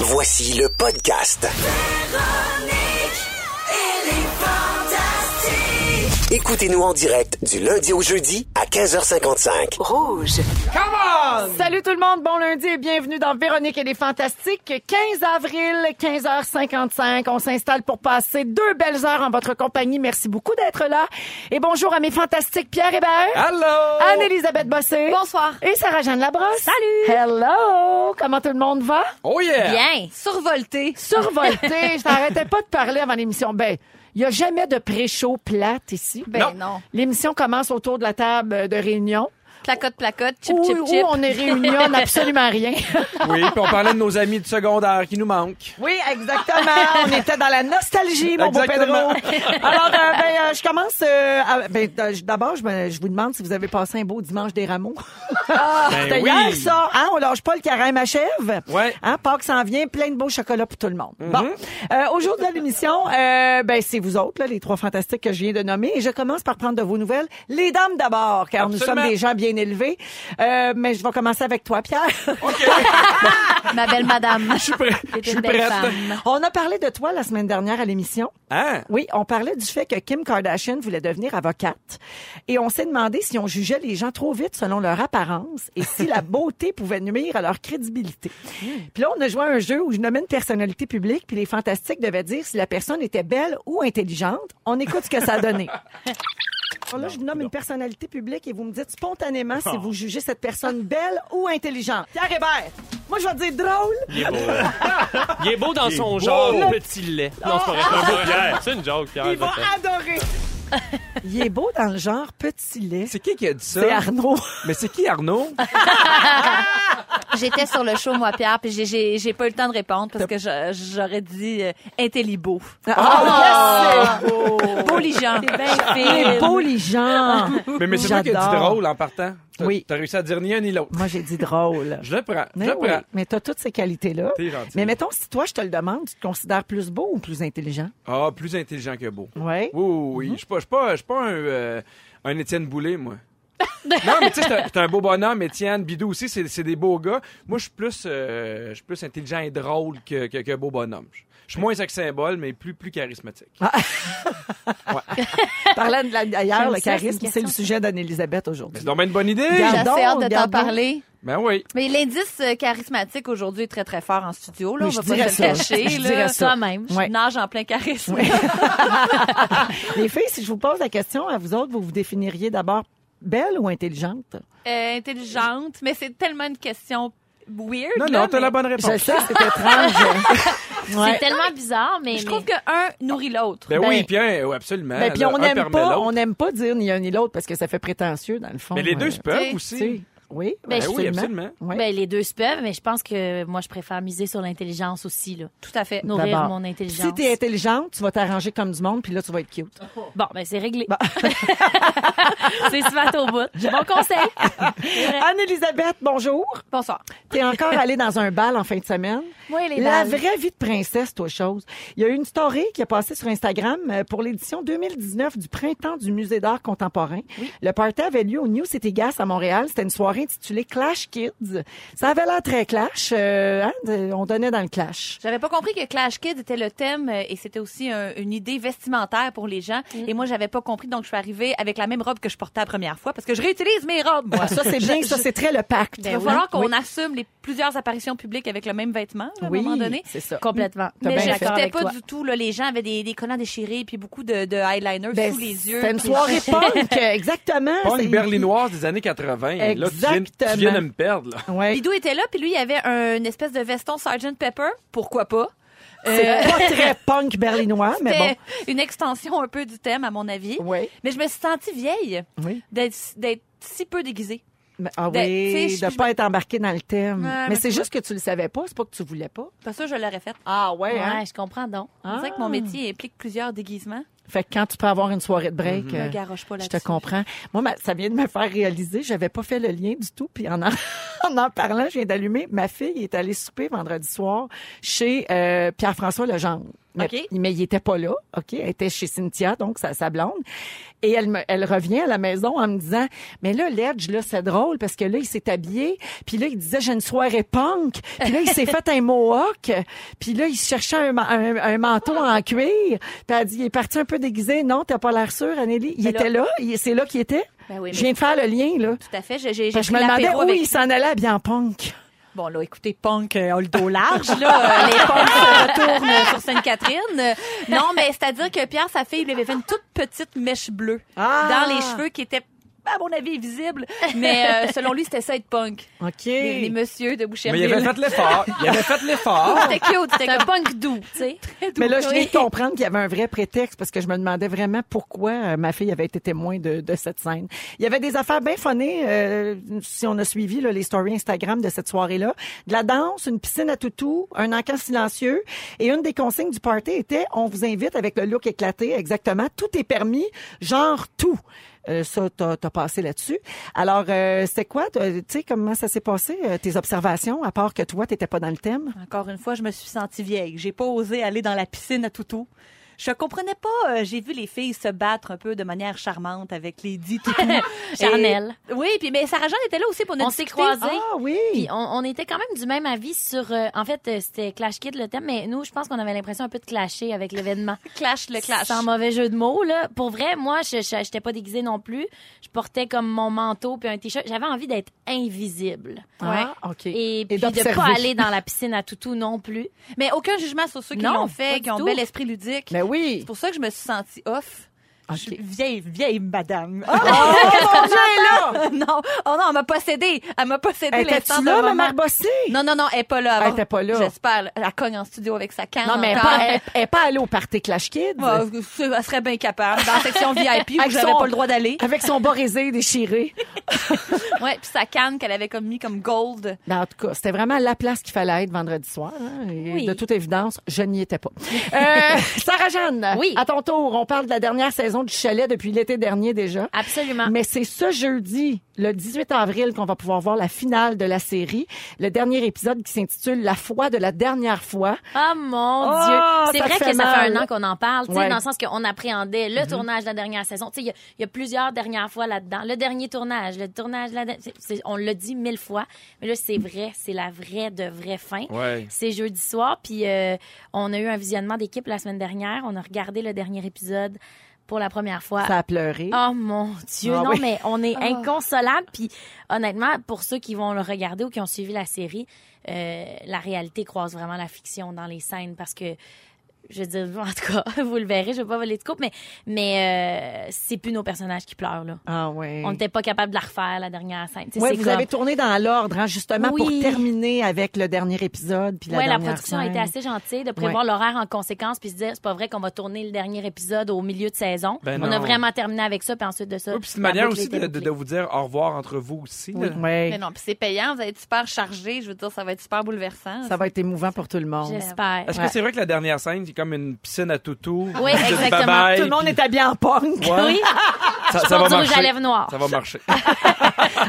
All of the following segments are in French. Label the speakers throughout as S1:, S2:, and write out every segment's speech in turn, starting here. S1: Voici le podcast. Écoutez-nous en direct du lundi au jeudi à 15h55.
S2: Rouge.
S3: Salut tout le monde, bon lundi et bienvenue dans Véronique et les Fantastiques. 15 avril, 15h55, on s'installe pour passer deux belles heures en votre compagnie. Merci beaucoup d'être là. Et bonjour à mes fantastiques Pierre Hébert.
S4: Allô!
S3: Ah, Anne-Elisabeth Bossé.
S5: Bonsoir.
S3: Et Sarah-Jeanne Labrosse.
S5: Salut.
S3: Hello. Comment tout le monde va?
S4: Oh yeah!
S5: Bien. Survolté.
S3: Survolté. Je t'arrêtais pas de parler avant l'émission. Ben, il y a jamais de pré-show plate ici.
S5: Ben non.
S3: L'émission commence autour de la table de réunion.
S5: Placote, placote, chip,
S3: où,
S5: chip,
S3: où
S5: chip.
S3: on est réunion, absolument rien.
S4: Oui, puis on parlait de nos amis de secondaire qui nous manquent.
S3: Oui, exactement. On était dans la nostalgie, mon beau Pedro.
S4: Exactement.
S3: Alors, euh, ben, euh, je commence. euh, à- ben, euh, je- D'abord, je, me- je vous demande si vous avez passé un beau dimanche des rameaux. C'était
S4: Ah! Ben oui.
S3: hier, ça. Hein, on lâche pas le carême à chèvre.
S4: Ouais. Mm-hmm.
S3: Hein, Pâques s'en vient, plein de beaux chocolats pour tout le monde. Bon, euh, aujourd'hui de l'émission, euh, ben, c'est vous autres, là, les trois fantastiques que je viens de nommer. Et je commence par prendre de vos nouvelles. Les dames d'abord, car nous
S4: Absolument.
S3: sommes des gens bien élevés. Euh, mais je vais commencer avec toi, Pierre.
S4: OK.
S5: Ma belle madame.
S4: Je suis prêt. Je suis prête.
S3: On a parlé de toi la semaine dernière à l'émission.
S4: Hein?
S3: Oui, on parlait du fait que Kim Kardashian voulait devenir avocate et on s'est demandé si on jugeait les gens trop vite selon leur apparence et si la beauté pouvait nuire à leur crédibilité.
S4: Hmm.
S3: Puis là, on a joué à un jeu où je nommais une personnalité publique puis les fantastiques devaient dire si la personne était belle ou intelligente. On écoute ce que ça a donné. Alors là, je vous nomme une personnalité publique et vous me dites spontanément si vous jugez cette personne belle ou intelligente. Pierre Hébert, moi je vais te dire drôle.
S6: Il est beau. Il est beau Ah. dans son genre,
S3: Le-
S6: petit lait. Non, c'est pas vrai. C'est une joke, Pierre. C'est une joke, Pierre.
S3: Il va adorer. Il est beau dans le genre petit lait.
S4: C'est qui qui a dit ça?
S3: C'est Arnaud. Ah,
S4: Mais c'est qui Arnaud?
S5: J'étais sur le show, moi, Pierre, puis j'ai- j'ai j'ai pas eu le temps de répondre parce que je- j'aurais dit euh, intellibeau.
S3: Ah, yes, c'est beau.
S5: Beau les gens. Ah,
S3: Il est beau, les gens.
S4: Mais, mais c'est toi qui a dit
S3: J'adore.
S4: drôle en partant. T'as-
S3: Oui.
S4: T'as réussi à dire ni un ni l'autre.
S3: Moi, j'ai dit drôle.
S4: Je le prends. Je
S3: Mais,
S4: le
S3: oui,
S4: prends.
S3: mais t'as toutes ces qualités-là.
S4: T'es gentil.
S3: Mais mettons, si toi, je te le demande, tu te considères plus beau ou plus intelligent?
S4: Ah, plus intelligent que beau.
S3: Ouais.
S4: Oui, oui,
S3: Mm-hmm.
S4: oui. Je suis pas, je suis pas, je suis pas un, euh, un Étienne Boulay, moi. non, mais tu sais, c'est un- c'est un, beau bonhomme, Étienne. Bidou aussi, c'est c'est des beaux gars. Moi, je suis plus, euh, je suis plus intelligent et drôle que, que, que beau bonhomme. Je- Je suis moins sex symbole, mais plus, plus charismatique.
S3: Ah. Parlant de la- d'ailleurs,
S5: J'aime ça,
S3: le
S5: c'est une
S3: charisme, c'est le
S5: question.
S3: sujet d'Anne-Elisabeth
S4: C'est
S3: aujourd'hui.
S4: donc bien une bonne idée.
S5: J'ai assez
S3: Gardons,
S5: hâte de t'en
S3: gardons.
S5: parler.
S4: Ben oui.
S5: Mais l'indice euh, charismatique aujourd'hui est très, très fort en studio. Là.
S3: Mais
S5: On
S3: je
S5: va pas
S3: dirais
S5: se
S3: ça.
S5: le cacher.
S3: Je
S5: là.
S3: dirais ça.
S5: Toi-même. Je
S3: Ouais.
S5: nage en plein charisme.
S3: Les filles, si je vous pose la question, à vous autres, vous vous définiriez d'abord belle ou intelligente?
S5: Euh, intelligente, mais c'est tellement une question weird.
S4: Non,
S5: là,
S4: non, t'as
S5: mais
S4: la bonne
S3: Je
S4: réponse.
S3: sais, c'est étrange. Ouais.
S7: C'est tellement bizarre, mais.
S5: Je trouve que un nourrit l'autre.
S4: Ben,
S3: Ben-
S4: oui, puis un- oui, absolument.
S3: Ben, puis
S4: Là,
S3: on
S4: un
S3: n'aime
S4: permet
S3: pas,
S4: l'autre.
S3: on n'aime pas dire ni un ni l'autre parce que ça fait prétentieux dans le fond.
S4: Mais les deux
S3: Euh,
S4: se peuvent
S5: tu
S3: tu
S4: aussi.
S3: sais, Oui,
S7: Ben,
S4: Ben oui, absolument.
S3: Oui.
S7: Ben, les deux se peuvent, mais je pense que moi, je préfère miser sur l'intelligence aussi, là.
S5: Tout à fait. Bah.
S7: Nourrir
S3: D'abord.
S7: mon intelligence.
S3: Si t'es intelligente, tu vas t'arranger comme du monde, puis là, tu vas être cute.
S7: Bon, ben, c'est réglé.
S3: Bon.
S7: c'est smart au bout. Bon conseil.
S3: Ah. Anne-Elisabeth, bonjour.
S5: Bonsoir.
S3: T'es encore allée dans un bal en fin de semaine.
S7: Moi, les
S3: La
S7: balles.
S3: vraie vie de princesse, toi, chose. Il y a eu une story qui est passée sur Instagram euh, pour l'édition 2019 du Printemps du Musée d'art contemporain. Le party avait lieu au New City Gas à Montréal. C'était une soirée intitulée Clash Kids. Ça avait l'air très clash. euh, hein, de- on donnait dans le clash.
S5: J'avais pas compris que Clash Kid était le thème euh, et c'était aussi un- une idée vestimentaire pour les gens.
S3: Mm.
S5: Et moi, j'avais pas compris, donc je suis arrivée avec la même robe que je portais la première fois parce que je réutilise mes robes. moi.
S3: Ah, ça, ben c'est bien. Ça, c'est très le pacte.
S5: Ben, Il va falloir qu'on assume les plusieurs apparitions publiques avec le même vêtement là, à
S3: Oui,
S5: un moment donné.
S3: c'est ça.
S7: Complètement.
S3: T'as
S5: Mais
S3: bien
S7: d'accord
S5: j'acceptais
S7: avec
S5: pas
S7: toi.
S5: du tout. Là, les gens avaient des, des collants déchirés puis beaucoup de, de eyeliner
S3: Ben,
S5: sous les yeux.
S3: C'était une
S5: Puis-
S3: soirée punk, exactement.
S4: Pas
S3: C'est-
S4: une berlinoise des années 80. Là, tu viens,
S3: Exactement.
S4: tu viens de me perdre. Là.
S3: Ouais.
S5: Bidou était là, puis lui, il avait un- une espèce de veston Sgt. Pepper. Pourquoi pas?
S3: C'est pas très punk berlinois, mais
S5: euh, C'était
S3: bon.
S5: une extension un peu du thème, à mon avis.
S3: Oui.
S5: Mais je me suis sentie vieille
S3: Oui.
S5: d'être d'être si peu déguisée.
S3: Mais- Ah
S5: Ben, tu
S3: oui,
S5: sais, je-
S3: de
S5: je-
S3: pas être embarqué dans le thème.
S5: Ouais,
S3: mais
S5: mais
S3: c'est
S5: tu
S3: juste que tu le savais pas, c'est pas que tu voulais pas.
S5: Pas ça, je l'aurais faite.
S3: Ah ouais,
S5: hein?
S7: Ouais, je comprends donc.
S5: On dirait que mon métier implique plusieurs déguisements.
S3: Fait que quand tu peux avoir une soirée de break,
S5: Je
S3: euh,
S5: me garoche pas
S3: je
S5: là-dessus.
S3: te comprends. Moi, ma- ça vient de me faire réaliser, j'avais pas fait le lien du tout, puis en en, en, en parlant, je viens d'allumer. Ma fille est allée souper vendredi soir chez euh, Pierre-François Legendre. Mais,
S5: OK.
S3: mais il était pas là, OK? Elle était chez Cynthia, donc sa, sa blonde. Et elle, me- elle revient à la maison en me disant, mais là, Ledge, là, c'est drôle parce que là, il s'est habillé, puis là, il disait, j'ai une soirée punk, puis là, il s'est fait un mohawk, puis là, il cherchait un, ma- un- un manteau en cuir, puis elle dit, il est parti un peu déguisé. Non, t'as pas l'air sûr, Anneli. Il
S5: Mais là-
S3: était là, il- c'est là qu'il était.
S5: Ben oui, mais-
S3: Je viens de faire le lien, là.
S5: Tout à fait. J'ai, j'ai, j'ai
S3: Parce que je me
S5: pris
S3: demandais
S5: l'apéro
S3: où
S5: avec-
S3: il s'en allait bien punk.
S5: Bon, là, écoutez, punk, euh, a le dos large, là. Euh, les punks se retournent euh, sur Sainte-Catherine. Euh, Non, mais c'est-à-dire que Pierre, sa fille, lui avait fait une toute petite mèche bleue
S3: Ah!
S5: dans les cheveux qui était, à mon avis, visible. Mais euh, selon lui, c'était ça être punk.
S3: OK.
S5: Les, les messieurs de
S4: Mais il
S5: Boucherville.
S4: avait fait l'effort. Il avait fait l'effort.
S5: C'était cute, c'était
S7: C'est un
S5: comme...
S7: punk doux, tu sais.
S3: Mais là, je
S5: Oui.
S3: viens de comprendre qu'il y avait un vrai prétexte parce que je me demandais vraiment pourquoi euh, ma fille avait été témoin de, de cette scène. Il y avait des affaires bien funnées, euh, si on a suivi là, les stories Instagram de cette soirée-là. De la danse, une piscine à toutou, un encan silencieux. Et une des consignes du party était « On vous invite avec le look éclaté, exactement. Tout est permis, genre tout. Euh, ça, t'as t'as passé là-dessus. Alors, euh, c'était quoi, t'as- tu sais, comment ça s'est passé, euh, tes observations, à part que toi, t'étais pas dans le thème?
S5: Encore une fois, je me suis sentie vieille. J'ai pas osé aller dans la piscine à toutou. Je comprenais pas. euh, J'ai vu les filles se battre un peu de manière charmante avec les dix toutous.
S7: Charnel.
S5: Et- Oui, puis mais Sarah Jeanne était là aussi pour nous
S7: On s'est
S5: discuter.
S7: croisés.
S3: Ah oui!
S7: Puis on, on était quand même du même avis sur. euh, en fait, euh, c'était Clash Kid le thème, mais nous, je pense qu'on avait l'impression un peu de clasher avec l'événement.
S5: Ah, Clash le clash.
S7: Sans mauvais jeu de mots, là. Pour vrai, moi, je je- j'étais pas déguisée non plus. Je portais comme mon manteau puis un t-shirt. J'avais envie d'être invisible.
S3: Ah, OK.
S7: Et, puis de
S3: d'observer.
S7: pas aller dans la piscine à toutou non plus.
S5: Mais aucun jugement sur ceux qui
S7: Non,
S5: l'ont
S7: pas
S5: fait,
S7: du
S5: qui ont
S7: tout.
S5: bel esprit ludique.
S3: Mais Ben oui.
S5: C'est pour ça que je me suis sentie off.
S3: OK. Oh,
S5: Je suis vieille, vieille madame.
S3: là!
S5: non, oh non, elle m'a possédée. Elle m'a possédée l'instant
S3: Étais-tu
S5: d'un
S3: là, ma
S5: moment.
S3: mère bossée?
S5: Non, non, non, elle est pas là.
S3: Elle
S5: avant.
S3: était pas là.
S5: J'espère. là. Elle cogne en studio avec sa canne.
S3: Non, mais elle est
S5: encore.
S3: pas- elle elle est pas allée au party Clash Kids.
S5: Ouais, elle serait bien capable. Dans la section VIP où
S3: Avec
S5: j'avais
S3: son-
S5: pas le droit d'aller.
S3: Avec son bas résé déchiré.
S5: Ouais, puis sa canne qu'elle avait comme mis comme gold.
S3: Ben, en tout cas, c'était vraiment la place qu'il fallait être vendredi soir. hein, et
S7: Oui.
S3: De toute évidence, je n'y étais pas. Euh, Sarah-Jeanne,
S7: Oui.
S3: à ton tour, on parle de la dernière saison du chalet depuis l'été dernier déjà.
S7: Absolument.
S3: Mais c'est ce jeudi, le 18 avril, qu'on va pouvoir voir la finale de la série. Le dernier épisode qui s'intitule La foi de la dernière fois.
S7: Oh mon
S3: Oh,
S7: Dieu! C'est
S3: ça
S7: vrai
S3: fait
S7: que ça fait
S3: mal.
S7: un an qu'on en parle, tu sais,
S3: Ouais. Mm-hmm.
S7: dans le sens qu'on appréhendait le tournage de la dernière saison. Tu sais, Il y, a- il y a plusieurs dernières fois là-dedans. Le dernier tournage, le tournage, de la, c'est- c'est- on l'a dit mille fois, mais là, c'est vrai, c'est la vraie de vraie fin.
S4: Ouais.
S7: C'est jeudi soir, puis euh, on a eu un visionnement d'équipe la semaine dernière. On a regardé le dernier épisode pour la première fois.
S3: Ça a pleuré.
S7: Oh mon Dieu,
S3: Ah
S7: non,
S3: oui.
S7: mais on est inconsolable. Puis honnêtement, pour ceux qui vont le regarder ou qui ont suivi la série, euh, la réalité croise vraiment la fiction dans les scènes parce que. Je veux dire, en tout cas, vous le verrez, je vais pas voler de coupe, mais, mais euh, c'est plus nos personnages qui pleurent, là.
S3: Ah ouais.
S7: On n'était pas capable de la refaire, la dernière scène. Tu sais,
S3: Ouais,
S7: c'est
S3: vous
S7: comme-
S3: avez tourné dans l'ordre, hein, justement,
S7: Oui.
S3: pour terminer avec le dernier épisode. Puis la,
S7: ouais, la
S3: dernière
S7: production a
S3: scène.
S7: été assez gentille de prévoir l'horaire en conséquence puis se dire c'est pas vrai qu'on va tourner le dernier épisode au milieu de saison.
S4: Ben
S7: on a
S4: non.
S7: vraiment terminé avec ça puis ensuite de ça.
S4: Oui, puis c'est une
S7: la
S4: manière
S7: boucle
S4: aussi
S7: était
S4: de, de-
S7: bouclée.
S4: de vous dire au revoir entre vous aussi.
S3: Oui.
S4: là.
S3: Ouais.
S5: Mais non, puis c'est payant. Vous allez être super chargé. Je veux dire, ça va être super bouleversant.
S3: Ça va être émouvant pour tout le monde.
S7: J'espère.
S4: Est-ce
S3: Ouais.
S4: que c'est vrai que la dernière scène, c'est comme une piscine à toutou?
S7: Oui, exactement.
S3: Tout le monde est habillé en punk.
S7: Oui.
S4: ça,
S7: Je
S4: ça va
S7: porte du rouge à
S4: marcher.
S7: lèvres noires.
S4: Ça va marcher. Ben,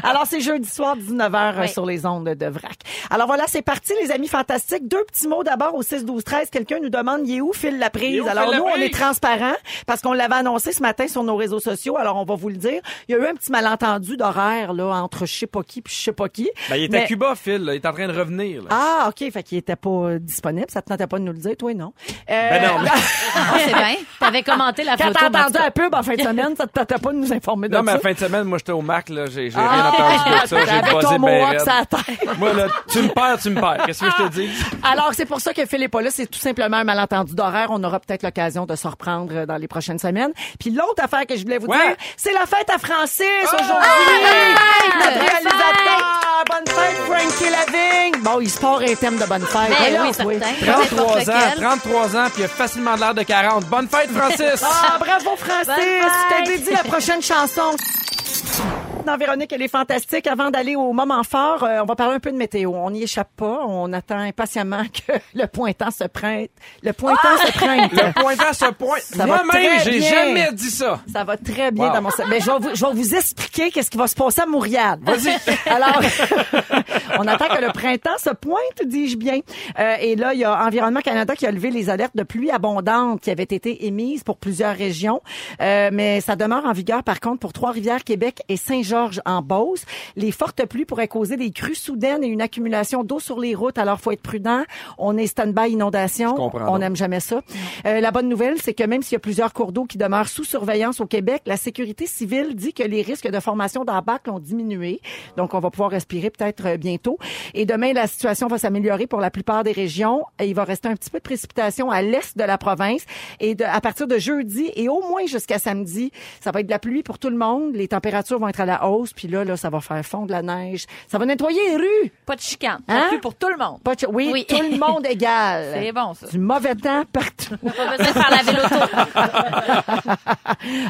S3: Alors, c'est jeudi soir, 19h,
S7: Oui.
S3: sur les ondes de VRAC. Alors voilà, c'est parti, les amis fantastiques. Deux petits mots d'abord au 6-12-13. Quelqu'un nous demande, il est où Phil la
S4: Il est
S3: prise?
S4: où,
S3: Alors
S4: Phil
S3: nous, on
S4: Laprise?
S3: est transparent parce qu'on l'avait annoncé ce matin sur nos réseaux sociaux. Alors, on va vous le dire. Il y a eu un petit malentendu d'horaire, là, entre je sais pas qui puis je sais pas qui.
S4: Ben, il est à
S3: Mais-
S4: Cuba, Phil. là. Il est en train de revenir. là.
S3: Ah, OK. Fait qu'il était pas euh, disponible. Ça te tentait pas de nous le dire, toi, non? Euh,
S4: Ben non, mais-
S5: Ah, c'est bien.
S7: T'avais commenté la
S3: Quand
S7: photo.
S3: t'as
S7: mais en
S3: entendu
S7: tout cas,
S3: un peu en fin de semaine, ça te tentait pas de nous informer de
S4: Non, mais
S3: ça.
S4: à la fin de semaine, moi, j'étais au Mac, là. J'ai j'ai
S3: Ah!
S4: rien entendu de ça. J'ai
S3: Avec
S4: buzzé ben
S3: ton mohawk
S4: raide.
S3: sur la tête.
S4: Moi, là, tu me perds, tu me perds. Qu'est-ce que je te dis?
S3: Alors, c'est pour ça que Phil n'est pas là. C'est tout simplement un malentendu d'horaire. On aura peut-être l'occasion de se reprendre euh, dans les prochaines semaines. Puis l'autre affaire que je voulais vous
S4: Ouais.
S3: dire, c'est la fête à Francis aujourd'hui. Notre réalisateur. Ah! Bonne fête, Frankie Lavigne. Bon, il se part un thème de bonne fête.
S7: Ben
S3: Voyons,
S7: oui,
S3: toi.
S7: certain.
S4: 33
S5: N'importe
S4: ans,
S5: lequel.
S4: 33 ans, puis il a facilement de l'air de 40. Bonne fête, Francis!
S3: Ah, bravo, Francis.
S7: Bonne fête.
S3: Je te dédie la prochaine chanson. maintenant, Véronique, elle est fantastique. Avant d'aller au moment fort, euh, on va parler un peu de météo. On n'y échappe pas. On attend impatiemment que le pointant se prête. Le pointant se prête.
S4: Le pointant se pointe.
S3: Ça va
S4: Moi-même,
S3: très
S4: j'ai
S3: bien.
S4: jamais dit ça.
S3: Ça va très bien
S4: Wow.
S3: dans mon sa- Mais je vais vous, je vais vous expliquer qu'est-ce qui va se passer à Montréal. Vas-y. Alors, on attend que le printemps se pointe, dis-je bien. Euh, et là, il y a Environnement Canada qui a levé les alertes de pluie abondante qui avaient été émises pour plusieurs régions. Euh, mais ça demeure en vigueur, par contre, pour Trois-Rivières, Québec et Saint-Georges en Beauce. Les fortes pluies pourraient causer des crues soudaines et une accumulation d'eau sur les routes. Alors, faut être prudent. On est stand-by inondation.
S4: Je comprends
S3: On
S4: donc.
S3: n'aime jamais ça. Euh, la bonne nouvelle, c'est que même s'il y a plusieurs cours d'eau qui demeurent sous surveillance au Québec, la sécurité civile dit que les risques de formation d'embâcles ont diminué. Donc, on va pouvoir respirer peut-être euh, bientôt. Et demain, la situation va s'améliorer pour la plupart des régions. Et il va rester un petit peu de précipitation à l'est de la province. Et de- à partir de jeudi et au moins jusqu'à samedi, ça va être de la pluie pour tout le monde. Les températures vont être à la hausse. Puis là, là, ça va faire fondre la neige. Ça va nettoyer les rues.
S5: Pas de chicane.
S3: Hein?
S5: Non plus pour tout le monde.
S3: Pas de- Oui,
S7: Oui.
S3: tout le monde égal.
S5: C'est bon, ça.
S3: Du mauvais temps partout.
S7: Pas besoin de faire la vélo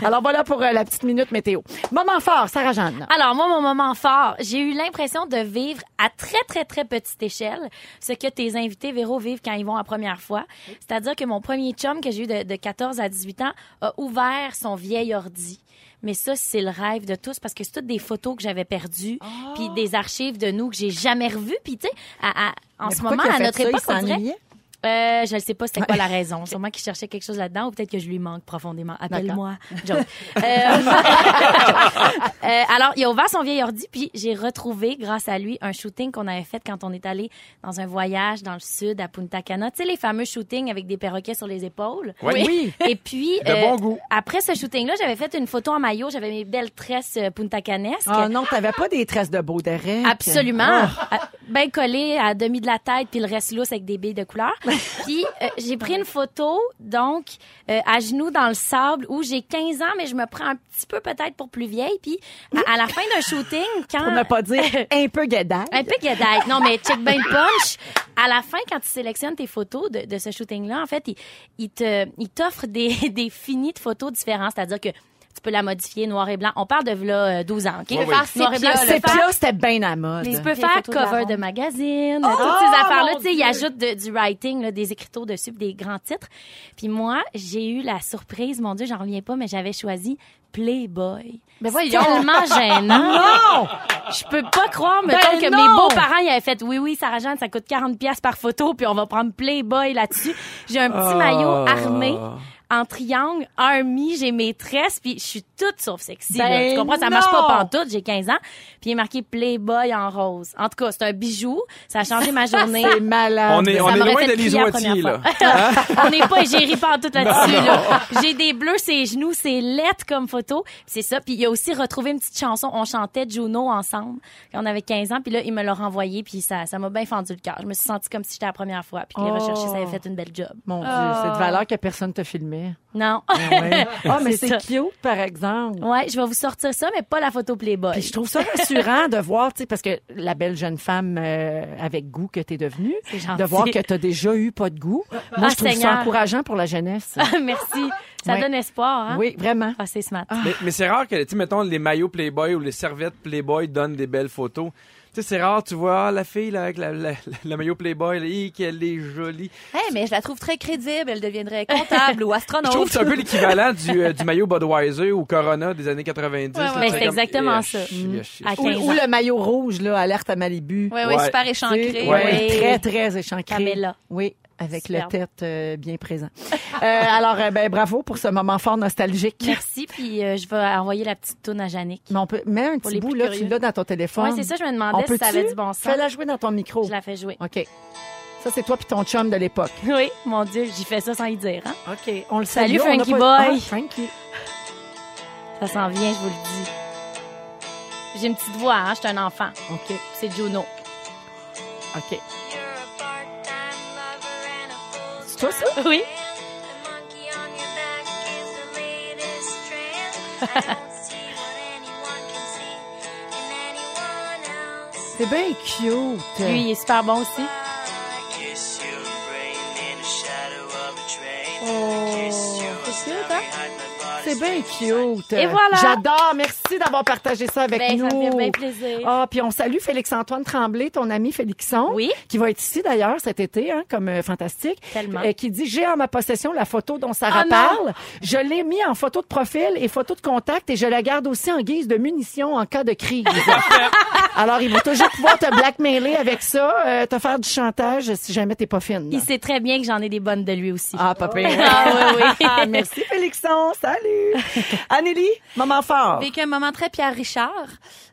S3: Alors voilà pour euh, la petite minute météo. Moment fort, Sarah Jeanne.
S7: Alors, moi, mon moment fort, j'ai eu l'impression de vivre à très, très, très petite échelle ce que tes invités, Véro, vivent quand ils vont la première fois. C'est-à-dire que mon premier chum que j'ai eu de, de 14 à 18 ans a ouvert son vieil ordi. Mais ça, c'est le rêve de tous parce que c'est toutes des photos que j'avais perdues, puis
S3: Ah.
S7: des archives de nous que j'ai jamais revues. Puis, tu sais, à- à- en
S3: Mais
S7: ce
S3: pourquoi
S7: moment,
S3: qu'il a
S7: à
S3: fait
S7: notre
S3: ça? Il
S7: époque, on dirait...
S3: s'ennuyait?
S7: Euh, je ne sais pas c'était quoi la raison. Sûrement qu'il cherchait quelque chose là-dedans ou peut-être que je lui manque profondément. Appelle-moi. Joke. Euh, euh, alors, il a ouvert son vieil ordi, puis j'ai retrouvé, grâce à lui, un shooting qu'on avait fait quand on est allé dans un voyage dans le sud à Punta Cana. Tu sais, les fameux shootings avec des perroquets sur les épaules.
S4: Oui.
S7: Et puis, euh,
S4: De bon goût.
S7: après ce shooting-là, j'avais fait une photo en maillot. J'avais mes belles tresses euh, Punta Canesques.
S3: Ah non, t'avais pas des tresses de beau derrière.
S7: Absolument.
S3: Ah.
S7: À- Ben collé à demi de la tête puis le reste lousse avec des billes de couleur. Puis euh, j'ai pris une photo donc euh, à genoux dans le sable où j'ai 15 ans mais je me prends un petit peu peut-être pour plus vieille puis à, à la fin d'un shooting quand
S3: Pour ne pas dire un peu guédaille.
S7: un peu guédaille. Non, mais check ben le punch. À la fin, quand tu sélectionnes tes photos de, de ce shooting-là, en fait, il, il te, il t'offre des, des finis de photos différents. C'est-à-dire que tu peux la modifier noir et blanc. On parle de là, euh, 12 ans, OK?
S5: oui.
S3: Ah
S5: faire
S7: Noir et blanc,
S5: sépia,
S7: tu peux
S3: C'est
S7: faire-
S3: là, c'était bien à la mode.
S7: tu peux
S5: Des
S7: faire
S5: photos
S7: cover
S5: d'avant.
S7: de magazine, toutes ces affaires-là.
S5: Oh, mon
S7: Tu sais, ils
S5: Dieu.
S7: ajoutent de- du writing, là, des écriteaux dessus, puis des grands titres. Puis moi, j'ai eu la surprise, mon Dieu, j'en reviens pas, mais j'avais choisi Playboy.
S5: Ben
S7: C'est
S5: voyons.
S7: tellement gênant.
S3: Non! Ben
S7: Je peux pas croire, mettons, que
S3: non!
S7: mes beaux-parents, ils avaient fait, oui, oui, Sarah Jeanne, ça coûte 40 pièces par photo, puis on va prendre Playboy là-dessus. J'ai un petit maillot
S3: Ah.
S7: armé, en triangle, un mi, j'ai mes tresses, puis je suis toute sauf sexy. là.
S3: Ben
S7: Tu comprends? Ça marche
S3: non!
S7: pas pantoute, j'ai 15 ans. Puis il est marqué Playboy en rose. En tout cas, c'est un bijou. Ça a changé ma journée.
S3: C'est malade.
S4: On est,
S7: Ça
S4: on est
S7: m'aurait
S4: loin
S7: fait
S4: de
S7: crier la
S4: l'Isoitier, là.
S7: première on n'est pas égérie pantoute là-dessus. là. J'ai des bleus, ses genoux, c'est lettres comme photo. Puis C'est ça. Puis il a aussi retrouvé une petite chanson. On chantait Juno ensemble. Puis On avait 15 ans. Puis là, il me l'a renvoyé. Puis ça ça m'a bien fendu le cœur. Je me suis sentie comme si j'étais la première fois. Puis que les
S3: Oh.
S7: recherches, ça avait fait une belle job.
S3: Mon Dieu, c'est de valeur que personne te filmait.
S7: Non.
S3: Ah, ouais. Ah, mais
S7: C'est
S3: c'est
S7: ça.
S3: cute, par exemple.
S7: ouais, je vais vous sortir ça, mais pas la photo Playboy.
S3: Puis je trouve ça rassurant de voir, tu sais, parce que la belle jeune femme euh, avec goût que t'es devenue,
S7: C'est gentil. Ah,
S3: de voir que t'as déjà eu pas de goût. Moi, je trouve
S7: Seigneur.
S3: ça encourageant pour la jeunesse.
S7: Merci. Ça
S3: Ouais.
S7: donne espoir, hein?
S3: Oui, vraiment.
S7: Ah, c'est smart.
S4: Mais, mais c'est rare que, tu sais, mettons, les maillots Playboy ou les serviettes Playboy donnent des belles photos. Tu sais, c'est rare, tu vois, ah, la fille là, avec la- la- la- le maillot Playboy, là, hi, qu'elle est jolie.
S5: Hey, mais je la trouve très crédible. Elle deviendrait comptable ou
S4: Je
S5: astronaute.
S4: trouve que c'est un peu l'équivalent du, euh, du maillot Budweiser ou Corona des années 90. là,
S5: ouais.
S4: tu sais,
S7: Mais c'est
S4: comme,
S7: exactement
S4: eh,
S7: ça.
S4: chi-
S7: Mm.
S4: eh, chi-
S7: À
S3: Ou,
S7: 15
S3: ou
S7: ans.
S3: le maillot rouge, là, alerte à Malibu.
S5: Ouais, ouais,
S4: Ouais.
S5: super
S3: Tu
S5: échancré.
S3: sais,
S4: ouais.
S3: oui,
S7: Oui.
S3: Très, très échancré.
S7: Pamela.
S3: Oui, avec
S7: Superbe.
S3: le tête euh, bien présent. Euh, alors, euh, ben, bravo pour ce moment fort nostalgique.
S7: Merci. Puis euh, je vais envoyer la petite toune à Yannick.
S3: Mais on peut, mets un
S7: Pour
S3: petit
S7: les
S3: bout,
S7: plus
S3: là,
S7: curieux.
S3: tu l'as dans ton téléphone.
S7: Ouais, c'est ça, je me
S3: On
S7: demandais si
S3: peut-tu?
S7: ça avait du bon sens.
S3: Fais-la jouer dans ton micro.
S7: Je la fais jouer.
S3: OK. Ça, c'est toi puis ton chum de l'époque.
S7: Oui, mon Dieu, j'y fais ça sans y dire. Hein?
S3: OK. On le
S7: Salut,
S3: salue. on n'a
S7: Frankie
S3: pas-
S7: Boy.
S3: Ah, Frankie.
S7: Ça s'en vient, je vous le dis. J'ai une petite voix, hein? je suis un enfant.
S3: OK.
S7: C'est Juno.
S3: OK. C'est toi, ça?
S7: Oui.
S3: C'est bien cute.
S7: Lui, il est super bon aussi.
S3: C'est bien cute.
S7: Et voilà.
S3: J'adore. Merci d'avoir partagé ça avec
S7: Ben,
S3: nous.
S7: ça me fait bien plaisir.
S3: Ah, puis on salue Félix-Antoine Tremblay, ton ami Félixon.
S7: Oui.
S3: Qui va être ici d'ailleurs cet été, hein, comme euh, fantastique.
S7: Tellement.
S3: Euh, qui dit J'ai en ma possession la photo dont Sarah
S7: Ah, non.
S3: parle. Je l'ai mis en photo de profil et photo de contact et je la garde aussi en guise de munition en cas de crise. Alors, ils vont toujours pouvoir te blackmailer avec ça, euh, te faire du chantage si jamais t'es pas fine.
S7: Il sait très bien que j'en ai des bonnes de lui aussi.
S3: Ah, pas pire.
S7: Ah, oui, oui.
S3: Ah, merci Félixon, salut. Annélie, moment fort.
S5: Vécu un moment très Pierre Richard.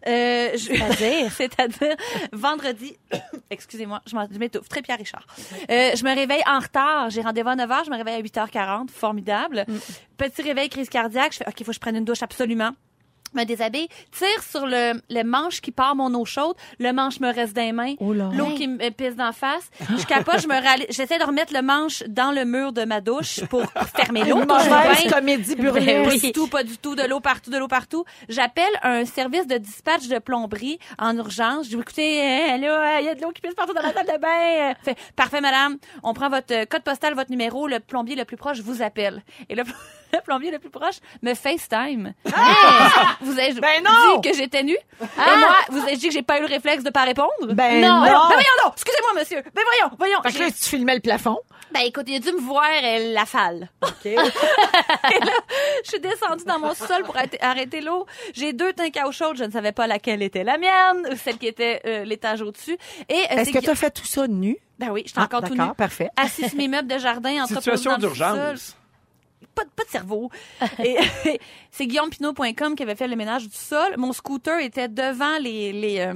S5: Euh, je- C'est-à-dire? vendredi, excusez-moi, je m'en- je m'étouffe, très Pierre Richard. Euh, je me réveille en retard, j'ai rendez-vous à 9h, je me réveille à 8h40, formidable.
S3: Mm.
S5: Petit réveil, crise cardiaque, je fais, OK, il faut que je prenne une douche absolument. Me déshabille, tire sur le, le manche qui part mon eau chaude, le manche me reste dans les mains,
S3: Oh là.
S5: l'eau qui me pisse d'en face. Je capote, je me rallie- j'essaie de remettre le manche dans le mur de ma douche pour fermer l'eau.
S3: Une
S5: dans le bain.
S3: mauvaise comédie
S7: Ben
S5: Pas
S3: burlesque.
S7: oui.
S5: du tout, pas du tout, de l'eau partout, de l'eau partout. J'appelle un service de dispatch de plomberie en urgence. Je dis, écoutez, euh, là, il y a de l'eau qui pisse partout dans la salle de bain. Euh, Fait, parfait, madame. On prend votre euh, code postal, votre numéro. Le plombier le plus proche vous appelle. Et le, le plombier le plus proche me FaceTime. vous avez
S3: Ah! Ben non! Ah!
S5: dit que j'étais nue. Et moi, vous avez dit que j'ai pas eu le réflexe de pas répondre.
S3: Ben non.
S5: Ben voyons donc! Excusez-moi, monsieur. Ben voyons, voyons.
S3: Fait que là,
S5: J'ai-
S3: tu filmais le plafond.
S5: Ben écoute, il a dû me voir euh, la falle. Je suis descendue dans mon sol pour arrêter- arrêter l'eau. J'ai deux tanks à eau chaude. Je ne savais pas laquelle était la mienne, ou celle qui était euh, l'étage au-dessus. Et euh,
S3: Est-ce
S5: c'est
S3: que
S5: qu'il-
S3: tu as fait tout ça nu?
S5: Ben oui, j'étais
S3: Ah,
S5: encore tout nu.
S3: D'accord, parfait.
S5: Assis sur mes meubles de jardin, en
S4: Situation d'urgence.
S5: Pas, de- pas de cerveau. Et c'est guillaumepinot.com qui avait fait le ménage du sol. Mon scooter était devant les... les euh,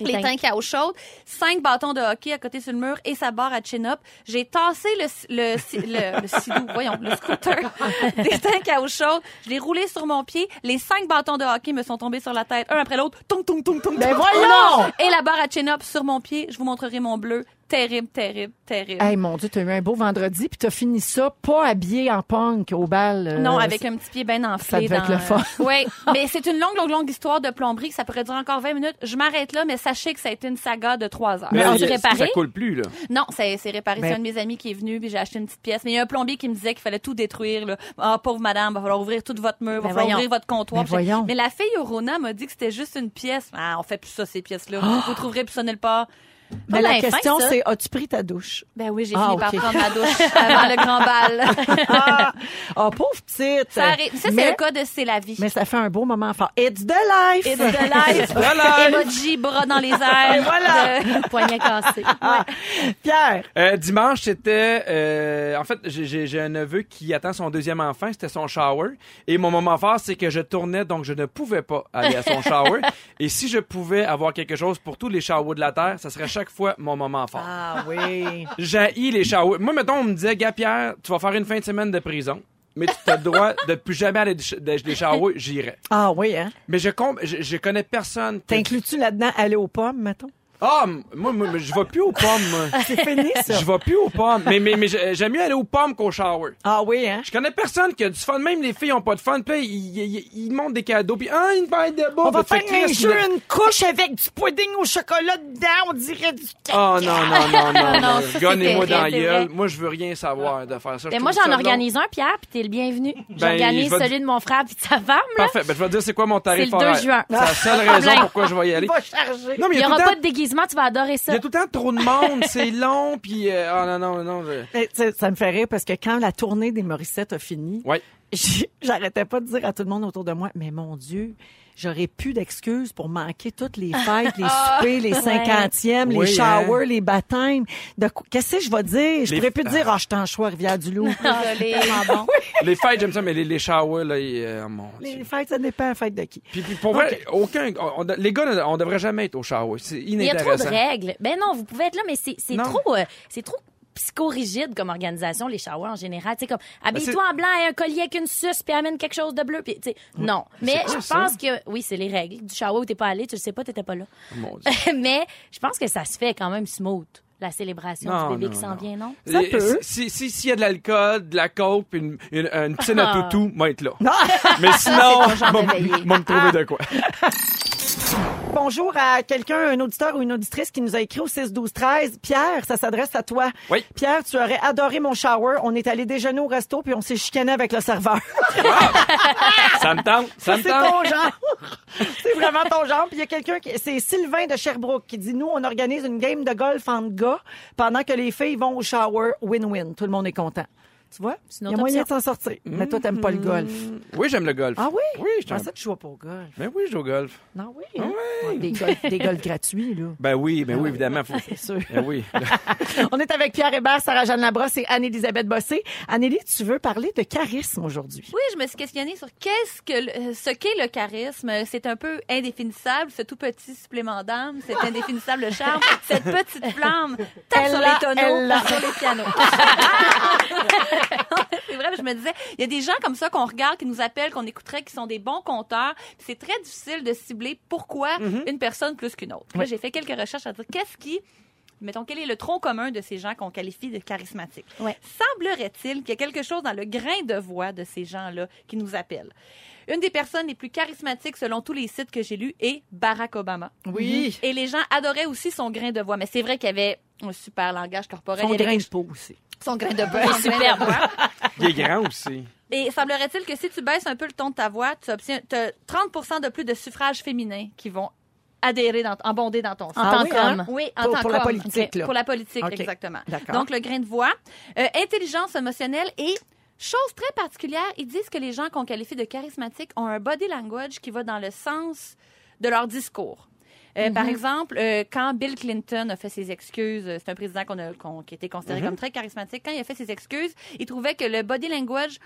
S7: Les
S5: les tanks à eau chaude, cinq bâtons de hockey à côté sur le mur et sa barre à chin-up. J'ai tassé le, si- le, si- le, le sidou, voyons, le scooter des tanks à eau chaude. Je l'ai roulé sur mon pied. Les cinq bâtons de hockey me sont tombés sur la tête, un après l'autre. Tung, tung, tung, tung,
S3: Ben
S5: tung.
S3: voyons!
S5: Et la barre à chin-up sur mon pied. Je vous montrerai mon bleu. Terrible, terrible, terrible.
S3: Hey, mon Dieu, t'as eu un beau vendredi, puis t'as fini ça pas habillé en punk au bal. euh,
S5: Non, avec un petit pied bien enflé.
S3: ça devait
S5: dans-
S3: être le fun.
S5: Oui, mais c'est une longue, longue, longue histoire de plomberie. que Ça pourrait durer encore 20 minutes. Je m'arrête là, mais sachez que ça a été une saga de 3 heures.
S7: Mais on
S4: il-
S7: s'est réparé?
S4: Ça coule plus, là.
S5: Non, c'est c'est réparé.
S3: Mais-
S5: C'est un de mes amis qui est venu, puis j'ai acheté une petite pièce. Mais il y a un plombier qui me disait qu'il fallait tout détruire. là. Ah, pauvre madame, va falloir ouvrir tout votre mur, va
S7: Mais
S5: falloir
S7: voyons.
S5: ouvrir votre comptoir.
S3: Mais
S5: Puis j'ai-
S3: Ben voyons.
S5: mais la fille au Rona m'a dit que c'était juste une pièce. Ah, on fait plus ça, ces pièces-là. Vous trouverez plus ça nulle part.
S3: Oh! Mais
S7: Pas
S3: ben, la
S7: bien fin,
S3: question,
S7: ça.
S3: c'est as-tu pris ta douche?
S5: Ben oui, j'ai
S3: Ah,
S5: fini
S3: ok.
S5: par prendre ma douche avant le grand bal.
S3: Ah, Ah, pauvre petite!
S5: ça arrive. Ça, c'est
S3: Mais-
S5: le cas de C'est la vie.
S3: Mais ça fait un beau moment fort. It's the life!
S5: Et de live, emoji, bras dans les airs.
S3: Voilà.
S5: de-
S7: Poignet cassé.
S3: Ah, Pierre,
S4: Euh, dimanche, c'était... euh, en fait, j'ai- j'ai j'ai un neveu qui attend son deuxième enfant. C'était son shower. Et mon moment fort, c'est que je tournais, donc je ne pouvais pas aller à son shower. Et si je pouvais avoir quelque chose pour tous les showers de la Terre, ça serait chaque fois mon moment fort.
S3: Ah oui.
S4: J'ai les showers. Moi, mettons, on me disait, gars, Pierre, tu vas faire une fin de semaine de prison, mais tu as le droit de plus jamais aller ch- de- des showers, j'irai.
S3: Ah oui, hein?
S4: Mais je, com- je, je connais personne. qui-
S3: T'inclus-tu là-dedans aller aux pommes, mettons?
S4: Ah, m- moi, moi, je vais plus aux pommes. moi.
S3: C'est fini, ça.
S4: Je vais plus aux pommes. Mais, mais, mais j'ai- j'aime mieux aller aux pommes qu'aux showers.
S3: Ah oui, hein?
S4: Je connais personne qui a du fun. Même les filles ont pas de fun. Puis là, ils, ils- ils montent des cadeaux. Puis, ah, une paire de bas.
S3: On va faire un
S4: Christ,
S3: jeu,
S4: vous êtes-
S3: une couche avec du pudding au chocolat dedans, on dirait du caca.
S4: Oh non, non, non, non.
S5: non,
S4: non.
S5: ça, c'est
S4: Gonnez-moi dans la
S5: terrible, c'est vrai.
S4: gueule. Moi, je veux rien savoir de faire ça. Je
S7: Ben, moi,
S4: trouve
S7: j'en
S4: ça long.
S7: organise un, Pierre, puis t'es le bienvenu.
S4: Ben, je
S7: J'organise
S4: vais-
S7: celui de mon frère puis de sa femme, là.
S4: Parfait. Ben, je vais te dire c'est quoi mon tarif
S7: C'est le 2
S4: horaire.
S7: juin.
S4: C'est la seule raison
S7: Problème.
S4: pourquoi je vais y aller.
S3: Il va charger.
S4: Non, mais
S7: Il
S4: il y
S7: n'y
S4: a, tout,
S7: aura
S4: le
S7: pas
S4: temps,
S7: de déguisement, tu vas adorer
S4: il y
S7: ça.
S4: a tout le temps trop de monde, c'est long, puis... euh, ah non, non, non. je-
S3: Mais, Eh, tu sais, ça me fait rire parce que quand la tournée des Morissettes a fini,
S4: Ouais.
S3: j'ai- j'arrêtais pas de dire à tout le monde autour de moi, mais mon Dieu, j'aurais plus d'excuses pour manquer toutes les fêtes, les soupers, les cinquantièmes,
S4: Oui,
S3: les
S4: hein.
S3: showers, les baptêmes. De quoi- Qu'est-ce que je vais dire? Je
S4: Les-
S3: pourrais plus dire, ah, je t'en choix à Rivière-du-Loup.
S7: Ah,
S5: Désolée. Bon.
S4: Les fêtes, j'aime ça, mais les, les showers, là, ils, euh, mon
S3: les
S4: Dieu.
S3: fêtes, ça dépend la fête de qui.
S4: Puis, puis pour vrai, aucun... on- on- les gars, on devrait jamais être aux showers. C'est
S7: Il y a
S4: inintéressant.
S7: trop de règles. Ben non, vous pouvez être là, mais c'est c'est
S4: Non.
S7: trop, euh, c'est trop psychorigide comme organisation, les showers en général. Tu sais, comme, habille-toi
S4: Ben, c'est-
S7: en blanc et un collier avec une suce, puis amène quelque chose de bleu, puis tu sais, non. Mais je pense que, oui, c'est les règles. Du shower où t'es pas allé, tu le sais pas, t'étais pas là.
S4: Oh, Mon Dieu.
S7: mais je pense que ça se fait quand même smooth, la célébration
S4: Non,
S7: du bébé
S4: non,
S7: qui s'en
S4: non.
S7: vient, non?
S3: Ça
S4: Et-
S3: peut.
S4: Si, si, s'il y a de l'alcool, de la coke, puis une, une, une piscine à toutou, moi, être là.
S3: Non!
S4: Mais sinon,
S5: genre de
S4: moi,
S5: veillée.
S4: moi, me trouver de quoi.
S3: Bonjour à quelqu'un, un auditeur ou une auditrice qui nous a écrit au 6-12-13. Pierre, ça s'adresse à toi.
S4: Oui.
S3: Pierre, tu aurais adoré mon shower. On est allé déjeuner au resto puis on s'est chicané avec le serveur.
S4: Ça me tente, ça me
S3: C'est
S4: tente.
S3: ton genre. C'est vraiment ton genre. Puis il y a quelqu'un qui, c'est Sylvain de Sherbrooke qui dit, nous, on organise une game de golf entre gars pendant que les filles vont au shower. Win-win. Tout le monde est content. Tu vois?
S7: C'est
S3: Il y
S7: une
S3: a
S7: autre
S3: moyen de
S7: option.
S3: s'en sortir. Mais toi, t'aimes pas le golf.
S4: Oui, j'aime le golf.
S3: Ah oui?
S4: Oui,
S3: je
S4: je t'en-
S3: pensais que tu jouais pas au golf.
S4: Ben oui, je joue au golf.
S3: Non, oui. hein?
S4: Oui.
S3: Ouais, Des, golf des golfs gratuits, là.
S4: Ben oui, ben oui, évidemment. Faut...
S3: C'est sûr.
S4: Ben oui.
S3: On est avec Pierre Hébert, Sarah-Jeanne Labrosse et Anne-Élisabeth Bossé. Annélie, tu veux parler de charisme aujourd'hui.
S5: Oui, je me suis questionnée sur qu'est-ce que le- euh, ce qu'est le charisme. C'est un peu indéfinissable, ce tout petit supplément d'âme, cet indéfinissable charme, cette petite flamme tape sur
S3: Ella,
S5: les tonneaux,
S3: Ella.
S5: sur les pianos. c'est vrai, je me disais, il y a des gens comme ça qu'on regarde, qui nous appellent, qu'on écouterait, qui sont des bons conteurs. C'est très difficile de cibler pourquoi une personne plus qu'une autre. Là,
S3: Oui.
S5: J'ai fait quelques recherches à dire qu'est-ce qui Mettons, quel est le tronc commun de ces gens qu'on qualifie de charismatiques?
S7: Ouais.
S5: Semblerait-il qu'il y a quelque chose dans le grain de voix de ces gens-là qui nous appelle. Une des personnes les plus charismatiques, selon tous les sites que j'ai lus, est Barack Obama.
S3: Oui.
S5: Et les gens adoraient aussi son grain de voix. Mais c'est vrai qu'il y avait un super langage corporel.
S3: Son
S5: Il y avait
S3: grain de
S5: quelque-
S3: peau aussi.
S5: son grain de voix. son grain de
S7: superbe.
S5: voix.
S4: Il est grand aussi.
S5: Et semblerait-il que si tu baisses un peu le ton de ta voix, tu obtiens t'as 30 de plus de suffrages féminins qui vont adhérer, dans, abonder dans ton sens.
S7: En
S3: Ah
S7: tant
S3: oui, hein?
S7: qu'homme.
S5: Oui, en
S3: Pour-
S5: tant
S3: pour la
S5: qu'homme.
S3: politique, là.
S5: Pour la politique,
S3: OK.
S5: exactement.
S3: D'accord.
S5: Donc, le grain de voix. Euh, intelligence émotionnelle et chose très particulière, ils disent que les gens qu'on qualifie de charismatiques ont un body language qui va dans le sens de leur discours.
S3: Mhm.
S5: Euh, Par exemple, euh, quand Bill Clinton a fait ses excuses, euh, c'est un président qu'on a- qu'on- qui était
S3: Mhm.
S5: considéré comme très charismatique, quand il a fait ses excuses, il trouvait que le body language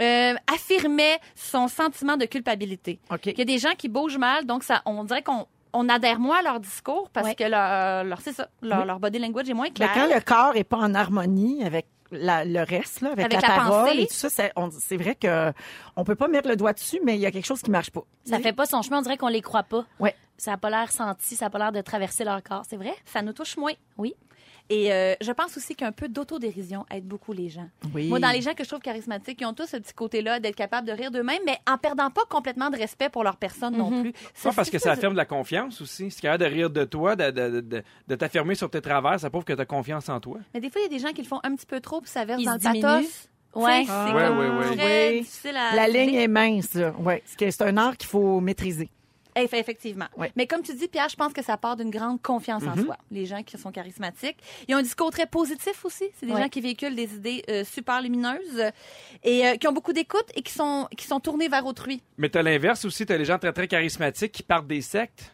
S5: euh, affirmait son sentiment de culpabilité.
S3: OK.
S5: Il y a des gens qui bougent mal, donc ça, on dirait qu'on on adhère moins à leur discours parce
S7: Ouais.
S5: que leur, leur c'est ça, leur, leur body language est moins
S3: Mais
S5: clair.
S3: Ben, quand le corps est pas en harmonie avec la- le reste, là, avec,
S5: Avec
S3: la,
S5: la
S3: parole
S5: pensée.
S3: et tout ça, c'est, on- c'est vrai que on peut pas mettre le doigt dessus, mais il y a quelque chose qui marche pas.
S7: Ça fait pas son chemin, on dirait qu'on les croit pas.
S3: Ouais.
S7: Ça a pas l'air senti, ça a pas l'air de traverser leur corps, c'est vrai?
S5: Ça nous touche moins.
S7: Oui.
S5: Et euh, je pense aussi qu'un peu d'autodérision aide beaucoup les gens.
S3: Oui.
S5: Moi, dans les gens que je trouve charismatiques, ils ont tous ce petit côté-là d'être capable de rire d'eux-mêmes, mais en perdant pas complètement de respect pour leur personne
S7: Mhm.
S5: non plus.
S4: Ça, parce que ça
S5: fait
S4: affirme de la confiance aussi. Si tu capable de rire de toi, de, de, de- de t'affirmer sur tes travers, ça prouve que tu as confiance en toi.
S5: Mais des fois, il y a des gens qui le font un petit peu trop, puis ça verse
S7: Ils
S5: dans le
S7: se diminuent.
S5: pathos.
S7: Ouais.
S5: Tu sais,
S3: Ah,
S5: C'est
S4: Ouais,
S5: comme
S4: ouais, ouais.
S5: très
S3: Oui.
S5: difficile à...
S3: La ligne est mince, là. Ouais. C'est que c'est un art qu'il faut maîtriser.
S5: Eff- Effectivement.
S3: Ouais.
S5: Mais comme tu dis, Pierre, je pense que ça part d'une grande confiance en soi. Les gens qui sont charismatiques. Ils ont un discours très positif aussi. C'est des
S7: Ouais.
S5: gens qui véhiculent des idées euh, super lumineuses euh, et euh, qui ont beaucoup d'écoute et qui sont, qui sont tournés vers autrui.
S4: Mais tu as l'inverse aussi. Tu as les gens très, très charismatiques qui partent des sectes.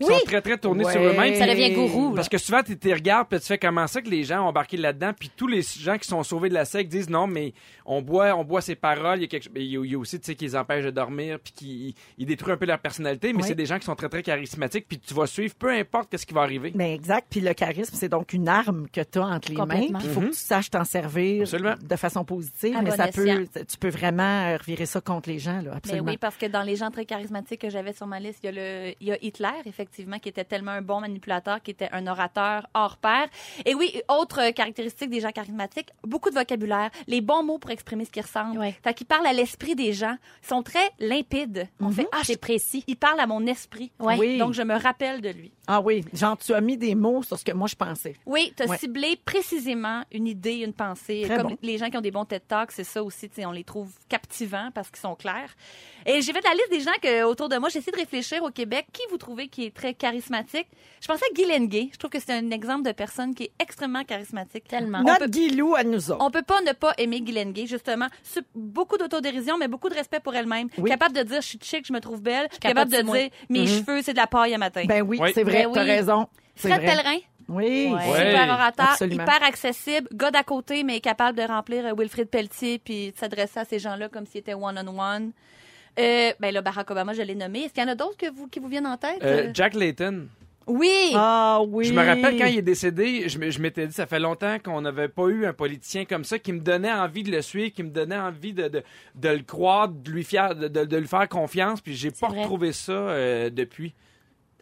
S4: Qui
S5: Oui.
S4: sont très, très tournés sur
S3: Ouais.
S4: eux-mêmes.
S7: Ça devient gourou.
S4: Parce que souvent, tu t'y regardes, puis tu fais comment ça que les gens ont embarqué là-dedans, puis tous les gens qui sont sauvés de la secte disent non, mais on boit, on boit ses paroles, il y a quelque chose. Il y a- il y a aussi, tu sais, qui les empêche de dormir, puis qui ils- ils détruisent un peu leur personnalité, mais
S3: Oui.
S4: c'est des gens qui sont très, très charismatiques, puis tu vas suivre peu importe qu'est-ce qui va arriver.
S3: Mais Ben, exact. Puis le charisme, c'est donc une arme que tu as entre les mains.
S7: Complètement.
S3: Puis il faut que tu saches t'en servir
S4: Mhm. Absolument.
S3: de façon positive.
S5: À
S3: mais
S5: bon
S3: ça peut,
S5: escient.
S3: tu peux vraiment euh, revirer ça contre les gens, là.
S5: Mais
S3: Absolument.
S5: oui, parce que dans les gens très charismatiques que j'avais sur ma liste, il y a, le, il y a Hitler, effectivement, qui était tellement un bon manipulateur, qui était un orateur hors pair. Et oui, autre euh, caractéristique des gens charismatiques, beaucoup de vocabulaire, les bons mots pour exprimer ce qu'ils ressentent.
S7: Ouais.
S5: Fait qu'ils parlent à l'esprit des gens. Ils sont très limpides. On
S4: Mm-hmm.
S5: fait, ah,
S7: C'est précis.
S5: il parle à mon esprit.
S7: Ouais.
S3: Oui.
S5: Donc, je me rappelle de lui.
S3: Ah oui. Genre, tu as mis des mots sur ce que moi je pensais.
S5: Oui, tu as
S3: Ouais.
S5: ciblé précisément une idée, une pensée.
S3: Très
S5: Comme
S3: bon.
S5: les gens qui ont des bons TED Talks, c'est ça aussi, tu sais, on les trouve captivants parce qu'ils sont clairs. Et j'ai fait la liste des gens que, autour de moi, j'essaie de réfléchir au Québec, qui vous trouvez qui est très charismatique. Je pensais à Guy Lenguet. Je trouve que c'est un exemple de personne qui est extrêmement charismatique.
S7: Tellement.
S5: Ah. On
S3: Notre
S5: peut-
S3: Guilou à nous autres.
S5: on peut pas ne pas aimer Guylaine Gay, justement. Su- Beaucoup d'autodérision, mais beaucoup de respect pour elle-même.
S3: Oui.
S5: Capable de dire, je suis chic, je me trouve belle.
S7: capable
S5: Capable de
S7: de moi.
S5: dire, mes cheveux, c'est de la paille à matin.
S3: mm-hmm. Ben oui,
S4: Oui.
S3: c'est vrai.
S7: Ben oui.
S3: T'as raison. C'est
S5: Fred
S3: vrai.
S5: Pellerin,
S3: Oui.
S7: Ouais.
S4: Ouais.
S5: super orateur,
S3: absolument.
S5: hyper accessible, gars d'à côté, mais capable de remplir euh, Wilfrid Pelletier puis de s'adresser à ces gens-là comme s'ils étaient one-on-one. Euh, ben là, Barack Obama, je l'ai nommé. Est-ce qu'il y en a d'autres que vous, qui vous viennent en tête?
S4: Euh,
S5: Euh,
S4: Jack Layton.
S5: oui!
S3: Ah oui.
S4: Je me rappelle quand il est décédé, je, me- je m'étais dit, ça fait longtemps qu'on n'avait pas eu un politicien comme ça qui me donnait envie de le suivre, qui me donnait envie de, de, de le croire, de lui, fier- de, de- de lui faire confiance, puis j'ai pas
S7: vrai.
S4: retrouvé ça euh, depuis.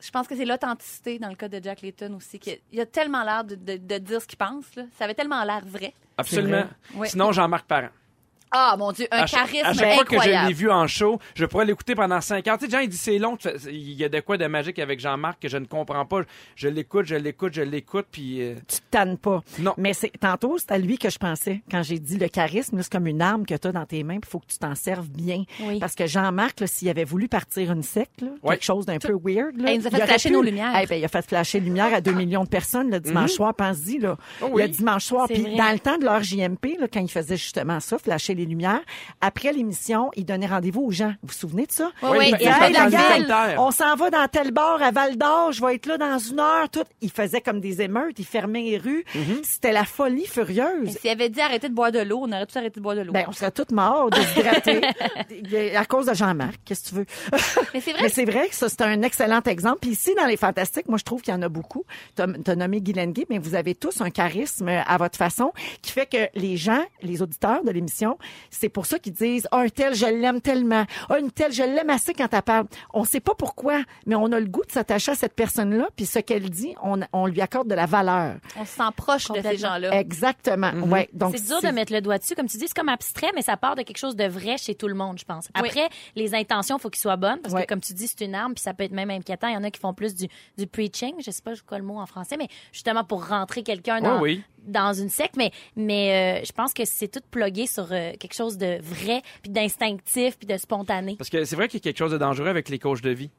S5: Je pense que c'est l'authenticité dans le cas de Jack Layton aussi. qu'il a- il a tellement l'air de, de- de dire ce qu'il pense. là. Ça avait tellement l'air vrai.
S4: Absolument.
S5: vrai. Ouais.
S4: Sinon, Jean-Marc Parent.
S5: Ah, mon Dieu, un
S4: à, chaque-
S5: charisme
S4: à chaque fois que je l'ai
S5: incroyable.
S4: vu en show, je pourrais l'écouter pendant 5 ans. Tu sais, Jean, il dit c'est long. tu fais- Il y a de quoi de magique avec Jean-Marc que je ne comprends pas. Je l'écoute, je l'écoute, je l'écoute, puis euh,
S3: tu te tannes pas.
S4: Non.
S3: Mais c'est tantôt, c'est à lui que je pensais quand j'ai dit le charisme, là, c'est comme une arme que tu as dans tes mains, il faut que tu t'en serves bien.
S7: Oui.
S3: Parce que Jean-Marc, là, s'il avait voulu partir une secte, là,
S4: Ouais.
S3: quelque chose d'un peu weird, là,
S5: Eh, il nous a fait
S3: aurait
S5: flasher
S3: pu-
S5: nos lumières.
S3: Eh ben, il a fait flasher lumière à 2 millions de personnes le dimanche soir, pense-y là.
S4: Mhm. Oh oui.
S3: Le dimanche soir,
S7: C'est
S3: puis
S7: vrai.
S3: dans le temps de leur JMP, là, quand ils faisaient justement ça, flasher les lumières, après l'émission, ils donnaient rendez-vous aux gens. Vous vous souvenez de ça
S5: Oui, oui,
S4: il
S3: Hey,
S5: fait
S3: la
S5: dans
S3: gang,
S5: le
S4: commentaire.
S3: on s'en va dans tel bar à Val d'Or, je vais être là dans une heure. Tout. Il faisait comme des émeutes, il fermait les rues. C'était la folie furieuse.
S5: S'il avait dit arrêtez de boire de l'eau, on aurait tous arrêté de boire de l'eau.
S3: Ben, on serait tous morts, déshydratés, à cause de Jean-Marc, qu'est-ce que tu veux.
S5: Mais c'est vrai
S3: Mais
S5: que-
S3: c'est vrai que ça, c'est un excellent exemple. Puis ici, dans les Fantastiques, moi, je trouve qu'il y en a beaucoup. T'as as nommé Guy Lenguet, mais vous avez tous un charisme à votre façon qui fait que les gens, les auditeurs de l'émission, c'est pour ça qu'ils disent « Ah, un tel, je l'aime tellement. Ah, une telle, je l'aime assez quand elle parle. » On sait pas pourquoi, mais on a le goût de s'attacher à cette personne-là, puis ce qu'elle dit, on, on lui accorde de la valeur.
S5: on se sent proche de ces
S7: Complètement.
S3: Eh,
S5: gens-là.
S3: Exactement,
S4: Mm-hmm.
S3: ouais. Donc,
S7: C'est dur de mettre le doigt dessus. Comme tu dis, c'est comme abstrait, mais ça part de quelque chose de vrai chez tout le monde, je pense.
S5: Oui.
S7: Après, les intentions, faut qu'ils soient bonnes, parce
S3: Ouais.
S7: que comme tu dis, c'est une arme, puis ça peut être même inquiétant. Il y en a qui font plus du, du preaching, je sais pas c'est quoi le mot en français, mais justement pour rentrer quelqu'un dans,
S4: Oui, oui.
S7: dans une secte. Mais, mais euh, je pense que c'est tout plugué sur euh, quelque chose de vrai, puis d'instinctif, puis de spontané.
S4: parce que c'est vrai qu'il y a quelque chose de dangereux avec les coachs de vie.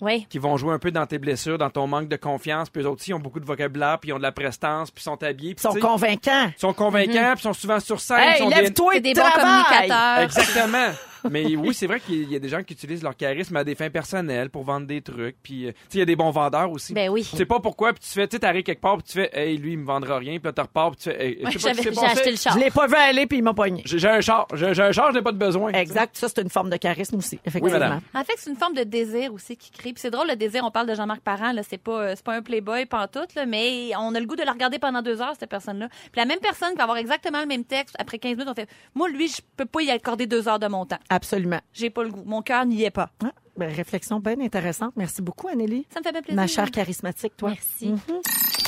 S7: Oui.
S4: qui vont jouer un peu dans tes blessures, dans ton manque de confiance. Puis eux autres, aussi, ils ont beaucoup de vocabulaire, puis ils ont de la prestance, puis ils sont habillés.
S3: Ils
S4: Puis,
S3: sont
S4: tu sais,
S3: convaincants.
S4: ils sont convaincants, puis ils sont souvent sur scène. ils
S3: Hey,
S4: sont
S3: lève-toi
S5: C'est
S3: et
S5: des bons
S3: travaille!
S5: communicateurs.
S4: Exactement. Mais oui, c'est vrai qu'il y a des gens qui utilisent leur charisme à des fins personnelles pour vendre des trucs. Puis, euh, tu sais, il y a des bons vendeurs aussi.
S7: Ben oui.
S4: Tu sais pas pourquoi, puis tu fais, tu sais, t'arrives quelque part, puis tu fais, hey, lui, il me vendra rien, puis là, tu repars, puis tu fais, hey, je sais pas ce qui s'est
S7: J'avais- J'ai
S4: passé.
S7: acheté le char.
S3: Je l'ai pas vu aller, puis il m'a pogné.
S4: J'ai j'ai un char, j'ai j'ai un char, je n'ai pas de besoin.
S3: Exact, ça, c'est une forme de charisme aussi, effectivement.
S4: madame.
S5: En fait, c'est une forme de désir aussi qui crée. Puis c'est drôle, le désir, on parle de Jean-Marc Parent, là, c'est pas, euh, c'est pas un playboy pantoute, là, mais on a le goût de le regarder pendant deux heures, cette personne-là. Puis la même personne qui va avoir exactement le même texte, après 15 minutes, on fait, moi, lui, je peux pas y accorder deux heures de mon temps.
S3: Absolument.
S5: J'ai pas le goût. Mon cœur n'y est pas.
S3: Ah, ben, réflexion bien intéressante. Merci beaucoup, Anneli.
S5: Ça me fait bien plaisir.
S3: Ma chère charismatique, toi. Mm.
S7: Merci.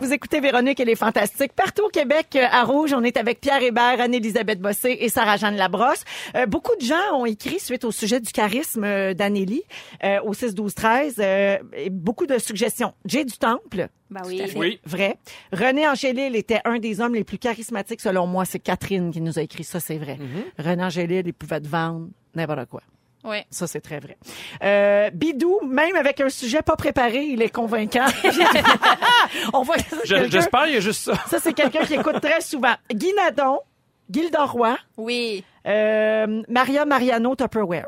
S3: Vous écoutez Véronique, elle est fantastique. Partout au Québec, euh, à Rouge, on est avec Pierre Hébert, Anne-Élisabeth Bossé et Sarah-Jeanne Labrosse. Euh, beaucoup de gens ont écrit suite au sujet du charisme euh, d'Anneli euh, au 6-12-13. euh, et beaucoup de suggestions. J'ai du temple.
S5: Ben oui.
S4: Oui.
S3: Vrai. René Angélil était un des hommes les plus charismatiques, selon moi. C'est Catherine qui nous a écrit ça, c'est vrai.
S4: Mhm.
S3: René Angélil, il pouvait te vendre n'importe quoi.
S5: Oui.
S3: Ça, c'est très vrai. Euh, Bidou, même avec un sujet pas préparé, il est convaincant. On voit que c'est
S4: Je-
S3: quelqu'un-
S4: J'espère qu'il y a juste ça.
S3: ça, c'est quelqu'un qui écoute très souvent. Guy Nadon, Gilda Roy,
S5: Oui.
S3: euh, Maria Mariano Tupperware.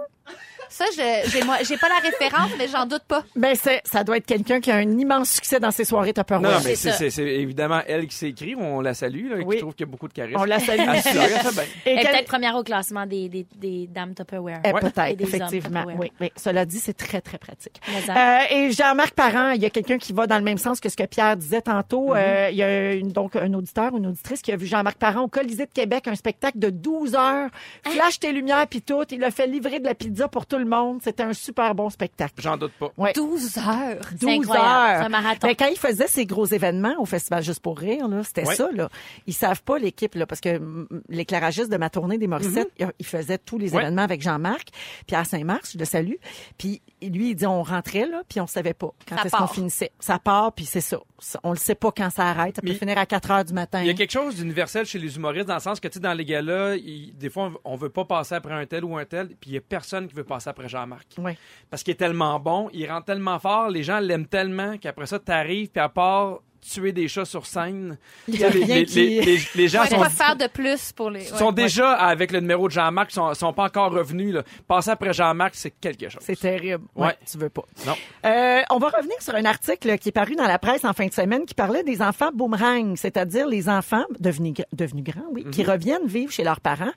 S5: Ça, je- j'ai moi- j'ai pas la référence, mais j'en doute pas.
S3: Ben, c'est, ça doit être quelqu'un qui a un immense succès dans ses soirées
S4: Non,
S3: Tupperware.
S4: mais c'est
S5: ça.
S4: c'est- c'est évidemment elle qui s'écrit, on la salue, là,
S3: Oui.
S4: qui trouve qu'il y a beaucoup de charisme.
S3: On la salue.
S4: Ah, c'est ça, elle fait bien.
S3: Et
S7: Elle est
S3: quel-
S7: peut-être première au classement des, des, des dames Tupperware.
S3: Eh,
S4: Ouais.
S7: Et
S3: Peut-être,
S7: des hommes
S3: effectivement.
S7: Tupperware.
S3: Oui, oui. Cela dit, c'est très, très pratique.
S7: Mais en-
S3: Euh, et Jean-Marc Parent, il y a quelqu'un qui va dans le même sens que ce que Pierre disait tantôt.
S7: Mm-hmm.
S3: Euh, il y a une- donc un auditeur ou une auditrice qui a vu Jean-Marc Parent au Colisée de Québec, un spectacle de 12 heures.
S7: Ah!
S3: Flash tes lumières puis tout. Il a fait livrer de la pizza pour tout le monde. C'était un super bon spectacle.
S4: J'en doute pas.
S5: 12 heures.
S3: 12
S7: incroyable.
S3: heures.
S7: C'est un marathon.
S3: Ben, quand ils faisaient ces gros événements au Festival Juste pour rire, là, c'était
S4: Ouais.
S3: ça. Là. Ils savent pas l'équipe, là, parce que mm, l'éclairagiste de ma tournée des Morissettes, il- il faisait tous les
S4: Mm-hmm. Ouais.
S3: événements avec Jean-Marc. Puis à Saint-Marc, je le salue. Puis lui, il dit, on rentrait, là, puis on savait pas quand
S5: Ça
S3: est-ce qu'on
S5: part.
S3: finissait. Ça part, puis c'est ça. Ça- On le sait pas quand ça arrête. Ça peut
S4: Mais-
S3: finir à 4 heures du matin.
S4: Il y a quelque chose d'universel chez les humoristes dans le sens que, tu sais, dans les galas, il- des fois, on on veut pas passer après un tel ou un tel, puis il y a personne qui veut passer après Jean-Marc.
S3: Ouais.
S4: Parce qu'il est tellement bon, il rentre tellement fort, les gens l'aiment tellement qu'après ça, t'arrives, puis à part tuer des chats sur scène,
S3: Il y
S4: tu sais,
S3: a
S4: les,
S3: rien
S4: les-
S3: qui-
S4: les- les- les gens
S5: Ouais,
S4: sont,
S5: quoi faire de plus pour les.
S4: sont
S5: ouais.
S4: déjà, avec le numéro de Jean-Marc, sont, sont pas encore revenus. Là. Passer après Jean-Marc, c'est quelque chose.
S3: C'est terrible. Ouais,
S4: Ouais.
S3: Tu veux pas.
S4: Non.
S3: Euh, on va revenir sur un article qui est paru dans la presse en fin de semaine qui parlait des enfants boomerang, c'est-à-dire les enfants devenus, gr- devenus grands, oui,
S4: Mhm.
S3: qui reviennent vivre chez leurs parents.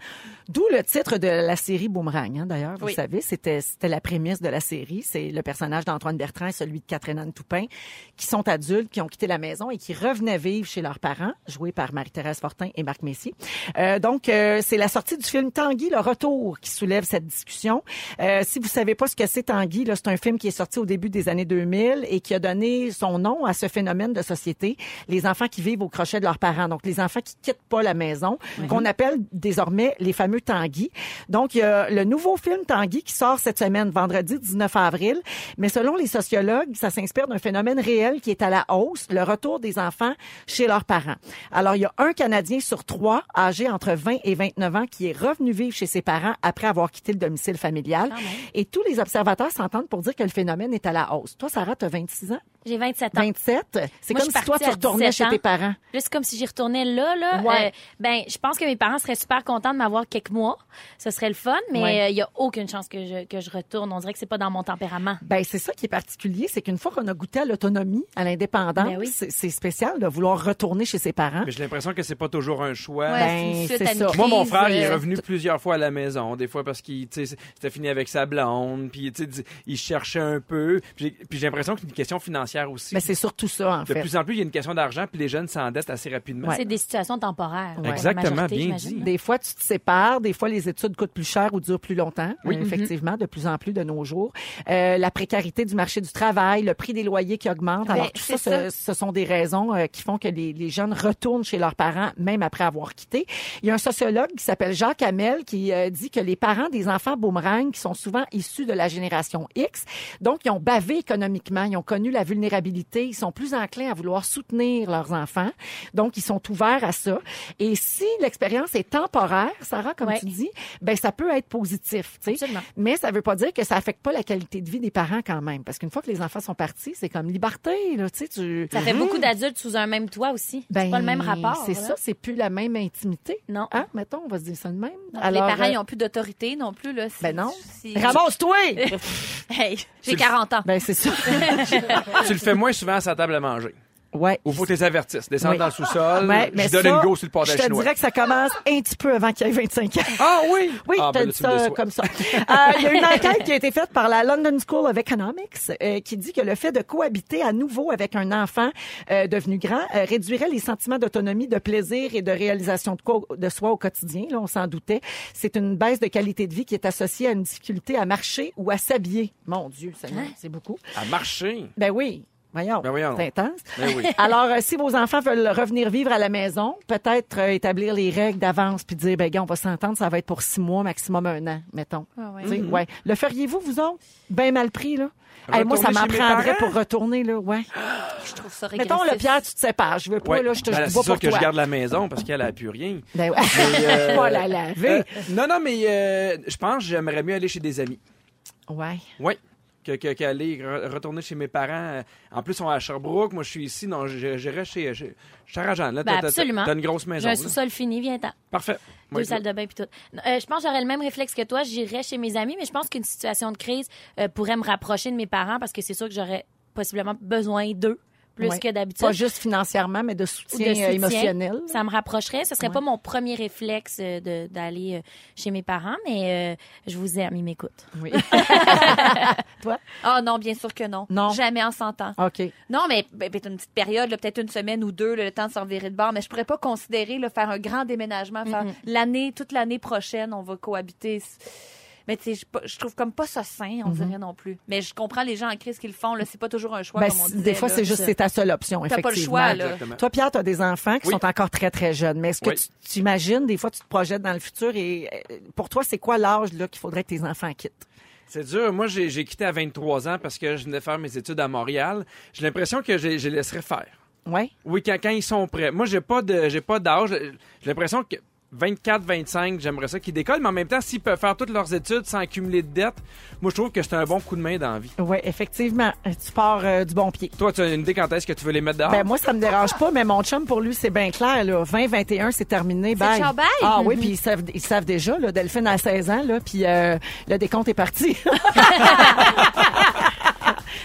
S3: D'où le titre de la série Boomerang, hein, d'ailleurs. Vous
S5: Oui.
S3: savez, c'était, c'était la prémisse de la série. C'est le personnage d'Antoine Bertrand et celui de Catherine Anne Toupin qui sont adultes, qui ont quitté la maison maison et qui revenaient vivre chez leurs parents, joués par Marie-Thérèse Fortin et Marc Messier. Euh, donc, euh, c'est la sortie du film Tanguy, le retour, qui soulève cette discussion. Euh, si vous savez pas ce que c'est Tanguy, là, c'est un film qui est sorti au début des années 2000 et qui a donné son nom à ce phénomène de société, les enfants qui vivent au crochet de leurs parents, donc les enfants qui quittent pas la maison, qu'on appelle désormais les fameux Tanguy. Donc, il y a le nouveau film Tanguy qui sort cette semaine, vendredi 19 avril. Mais selon les sociologues, ça s'inspire d'un phénomène réel qui est à la hausse, le retour des enfants chez leurs parents. Alors, il y a un Canadien sur trois âgé entre 20 et 29 ans qui est revenu vivre chez ses parents après avoir quitté le domicile familial.
S7: Quand même.
S3: Et tous les observateurs s'entendent pour dire que le phénomène est à la hausse. Toi, Sarah, tu as 26 ans?
S7: J'ai 27 ans.
S3: 27? C'est comme
S7: Moi, je suis
S3: si toi, tu
S7: partie à
S3: retournais
S7: 17
S3: chez
S7: ans.
S3: tes parents.
S7: Là, c'est comme si j'y retournais là, là.
S3: Ouais.
S7: Euh, ben, je pense que mes parents seraient super contents de m'avoir quelques mois. Ce serait le fun, mais
S3: Ouais.
S7: euh, il y a aucune chance que je, que je retourne. On dirait que c'est pas dans mon tempérament.
S3: Ben c'est ça qui est particulier, c'est qu'une fois qu'on a goûté à l'autonomie, à l'indépendance,
S7: Ben oui.
S3: c'est c'est spécial de vouloir retourner chez ses parents.
S4: Mais j'ai l'impression que c'est pas toujours un choix.
S5: Ouais. c'est une
S3: Ben,
S5: suite
S3: c'est
S5: à une
S3: ça.
S5: crise.
S4: Moi, mon frère, il est
S5: euh,
S4: revenu plusieurs fois à la maison. Des fois parce qu'il tu sais, c'était fini avec sa blonde, puis tu sais, il cherchait un peu. Puis j'ai- puis j'ai l'impression qu'il y a une question financière aussi.
S3: Mais c'est surtout ça, en
S4: de
S3: fait.
S4: plus en plus, il y a une question d'argent, puis les jeunes s'endettent assez rapidement.
S3: Ouais.
S7: C'est des situations temporaires.
S3: Ouais.
S4: Exactement,
S7: Pour la majorité,
S4: bien
S7: j'imagine.
S4: dit.
S3: Des fois, tu te sépares. Des fois, les études coûtent plus cher ou durent plus longtemps.
S4: Oui.
S3: Euh, Effectivement, de plus en plus de nos jours. Euh, la précarité du marché du travail, le prix des loyers qui augmente.
S5: Ben,
S3: Alors, tout ça,
S5: c'est
S3: ce- ce sont des raisons euh, qui font que les, les jeunes retournent chez leurs parents, même après avoir quitté. Il y a un sociologue qui s'appelle Jacques Hamel qui euh, dit que les parents des enfants boomerang, qui sont souvent issus de la génération X, donc ils ont bavé économiquement, ils ont connu la vulnérabilité, ils sont plus enclins à vouloir soutenir leurs enfants. Donc, ils sont ouverts à ça. Et si l'expérience est temporaire, Sarah, comme
S7: Ouais.
S3: tu dis, ben ça peut être positif. tu sais.
S7: Absolument.
S3: Mais ça veut pas dire que ça affecte pas la qualité de vie des parents quand même. Parce qu'une fois que les enfants sont partis, c'est comme liberté. Là, tu sais, tu...
S7: Ça fait beaucoup d'adultes sous un même toit aussi.
S3: Mhm. Ben,
S7: c'est pas le même rapport.
S3: C'est
S7: là.
S3: ça, c'est plus la même intimité.
S7: Non.
S3: Hein? Mettons, on va se dire ça de même.
S5: les parents,
S3: euh,
S5: ils n'ont plus d'autorité non plus. Là, si-
S3: Ben non.
S5: si-
S3: Ramasse-toi!
S5: Hey, j'ai 40 ans.
S3: ben, c'est ça.
S4: Tu le fais moins souvent à sa table à manger.
S3: ouais.
S4: Ou faut les avertisses. Descendre
S3: Oui.
S4: dans le sous-sol,
S3: Ouais,
S4: je donne
S3: ça,
S4: une go sur le portage
S3: Je te
S4: chinois.
S3: dirais que ça commence un petit peu avant qu'il y ait 25 ans.
S4: Ah oui!
S3: Oui,
S4: Ah,
S3: je te
S4: ben là,
S3: dis
S4: tu me
S3: ça
S4: déçois.
S3: comme ça. Euh, Il y a une enquête qui a été faite par la London School of Economics euh, qui dit que le fait de cohabiter à nouveau avec un enfant euh, devenu grand euh, réduirait les sentiments d'autonomie, de plaisir et de réalisation de, quoi- de soi au quotidien. Là, on s'en doutait. C'est une baisse de qualité de vie qui est associée à une difficulté à marcher ou à s'habiller. Mon Dieu, Seigneur, c'est beaucoup.
S4: À marcher.
S3: Ben oui. Voyons,
S4: Ben voyons.
S3: c'est intense.
S4: Ben oui.
S3: Alors, euh, si vos enfants veulent revenir vivre à la maison, peut-être euh, établir les règles d'avance puis dire, ben gars, on va s'entendre, ça va être pour six mois, maximum un an, mettons.
S5: Ah ouais.
S3: Tu sais,
S4: Mhm.
S3: ouais. Le feriez-vous, vous autres? Ben mal pris, là. Hey,
S4: Retourner
S3: moi, ça
S4: chez mes
S3: m'apprendrait
S4: parents?
S3: pour retourner, là, ouais.
S5: Je trouve ça régressif.
S3: Mettons, le Pierre, tu te sépares. Je veux pas,
S4: Ouais.
S3: là, je te
S4: Ben,
S3: je
S4: c'est
S3: dis
S4: sûr
S3: pas pour
S4: que
S3: toi.
S4: je garde la maison parce qu'elle a plus rien.
S3: Ben ouais.
S4: euh,
S3: Va la laver.
S4: Euh, non, non, mais euh, je pense que j'aimerais mieux aller chez des amis.
S3: Ouais.
S4: Oui. Que, que- qu'aller re- retourner chez mes parents. Euh, En plus, on est à Sherbrooke. Moi, je suis ici. Non, je- j'irais chez, chez, chez Sarah-Jeanne, là.
S7: Ben,
S4: T'as- t'as-
S7: absolument.
S4: T'as une grosse maison. là.
S7: J'ai un sous-sol fini, viens-t'en.
S4: Parfait.
S7: Deux
S4: Ouais,
S7: salles de bain puis tout. Euh, je pense que j'aurais le même réflexe que toi. J'irais chez mes amis, mais je pense qu'une situation de crise euh, pourrait me rapprocher de mes parents parce que c'est sûr que j'aurais possiblement besoin d'eux plus
S3: Ouais.
S7: que d'habitude.
S3: Pas juste financièrement, mais de
S7: Ou
S3: soutien,
S7: de
S3: euh,
S7: soutien.
S3: émotionnel.
S7: Ça me rapprocherait. Ce serait pas mon premier réflexe euh, de- d'aller euh, chez mes parents, mais euh, je vous aime, ils m'écoutent.
S3: Oui.
S5: Ah non, bien sûr que non.
S3: Non.
S5: Jamais en 100 ans.
S3: OK.
S5: Non, mais ben, ben, une petite période, là, peut-être une semaine ou deux, là, le temps de s'en virer de bord. Mais je pourrais pas considérer là, faire un grand déménagement, faire l'année, toute l'année prochaine, on va cohabiter. Mais tu sais, je pas- je trouve comme pas ça sain, on dirait non plus. Mais je comprends les gens en crise qui le font. Là, c'est pas toujours un choix.
S3: Ben,
S5: comme on
S3: si-
S5: disait,
S3: des fois,
S5: là.
S3: c'est juste, c'est ta seule option,
S5: T'as pas le
S3: effectivement.
S5: choix, là.
S4: Exactement.
S3: Toi, Pierre, tu as des enfants qui
S4: Oui.
S3: sont encore très, très jeunes. Mais est-ce que
S4: Oui.
S3: tu tu imagines, des fois, tu te projettes dans le futur et euh, pour toi, c'est quoi l'âge là, qu'il faudrait que tes enfants quittent?
S4: C'est dur. Moi, j'ai, j'ai quitté à 23 ans parce que je venais faire mes études à Montréal. J'ai l'impression que je, je les laisserais faire.
S3: Oui?
S4: Oui, quand, quand ils sont prêts. Moi, j'ai pas de j'ai pas d'âge. J'ai l'impression que 24, 25, j'aimerais ça qu'ils décollent, mais en même temps, s'ils peuvent faire toutes leurs études sans accumuler de dettes, moi, je trouve que c'est un bon coup de main dans la vie.
S3: Oui, effectivement. Tu pars euh, du bon pied.
S4: Toi, tu as une idée quand est-ce que tu veux les mettre dehors?
S3: Ben moi ça me dérange pas mais mon chum pour lui c'est bien clair là 20 21 c'est terminé bye.
S5: ciao, bye.
S3: Ah oui puis ils savent ils savent déjà là Delphine a 16 ans là puis euh, le décompte est parti.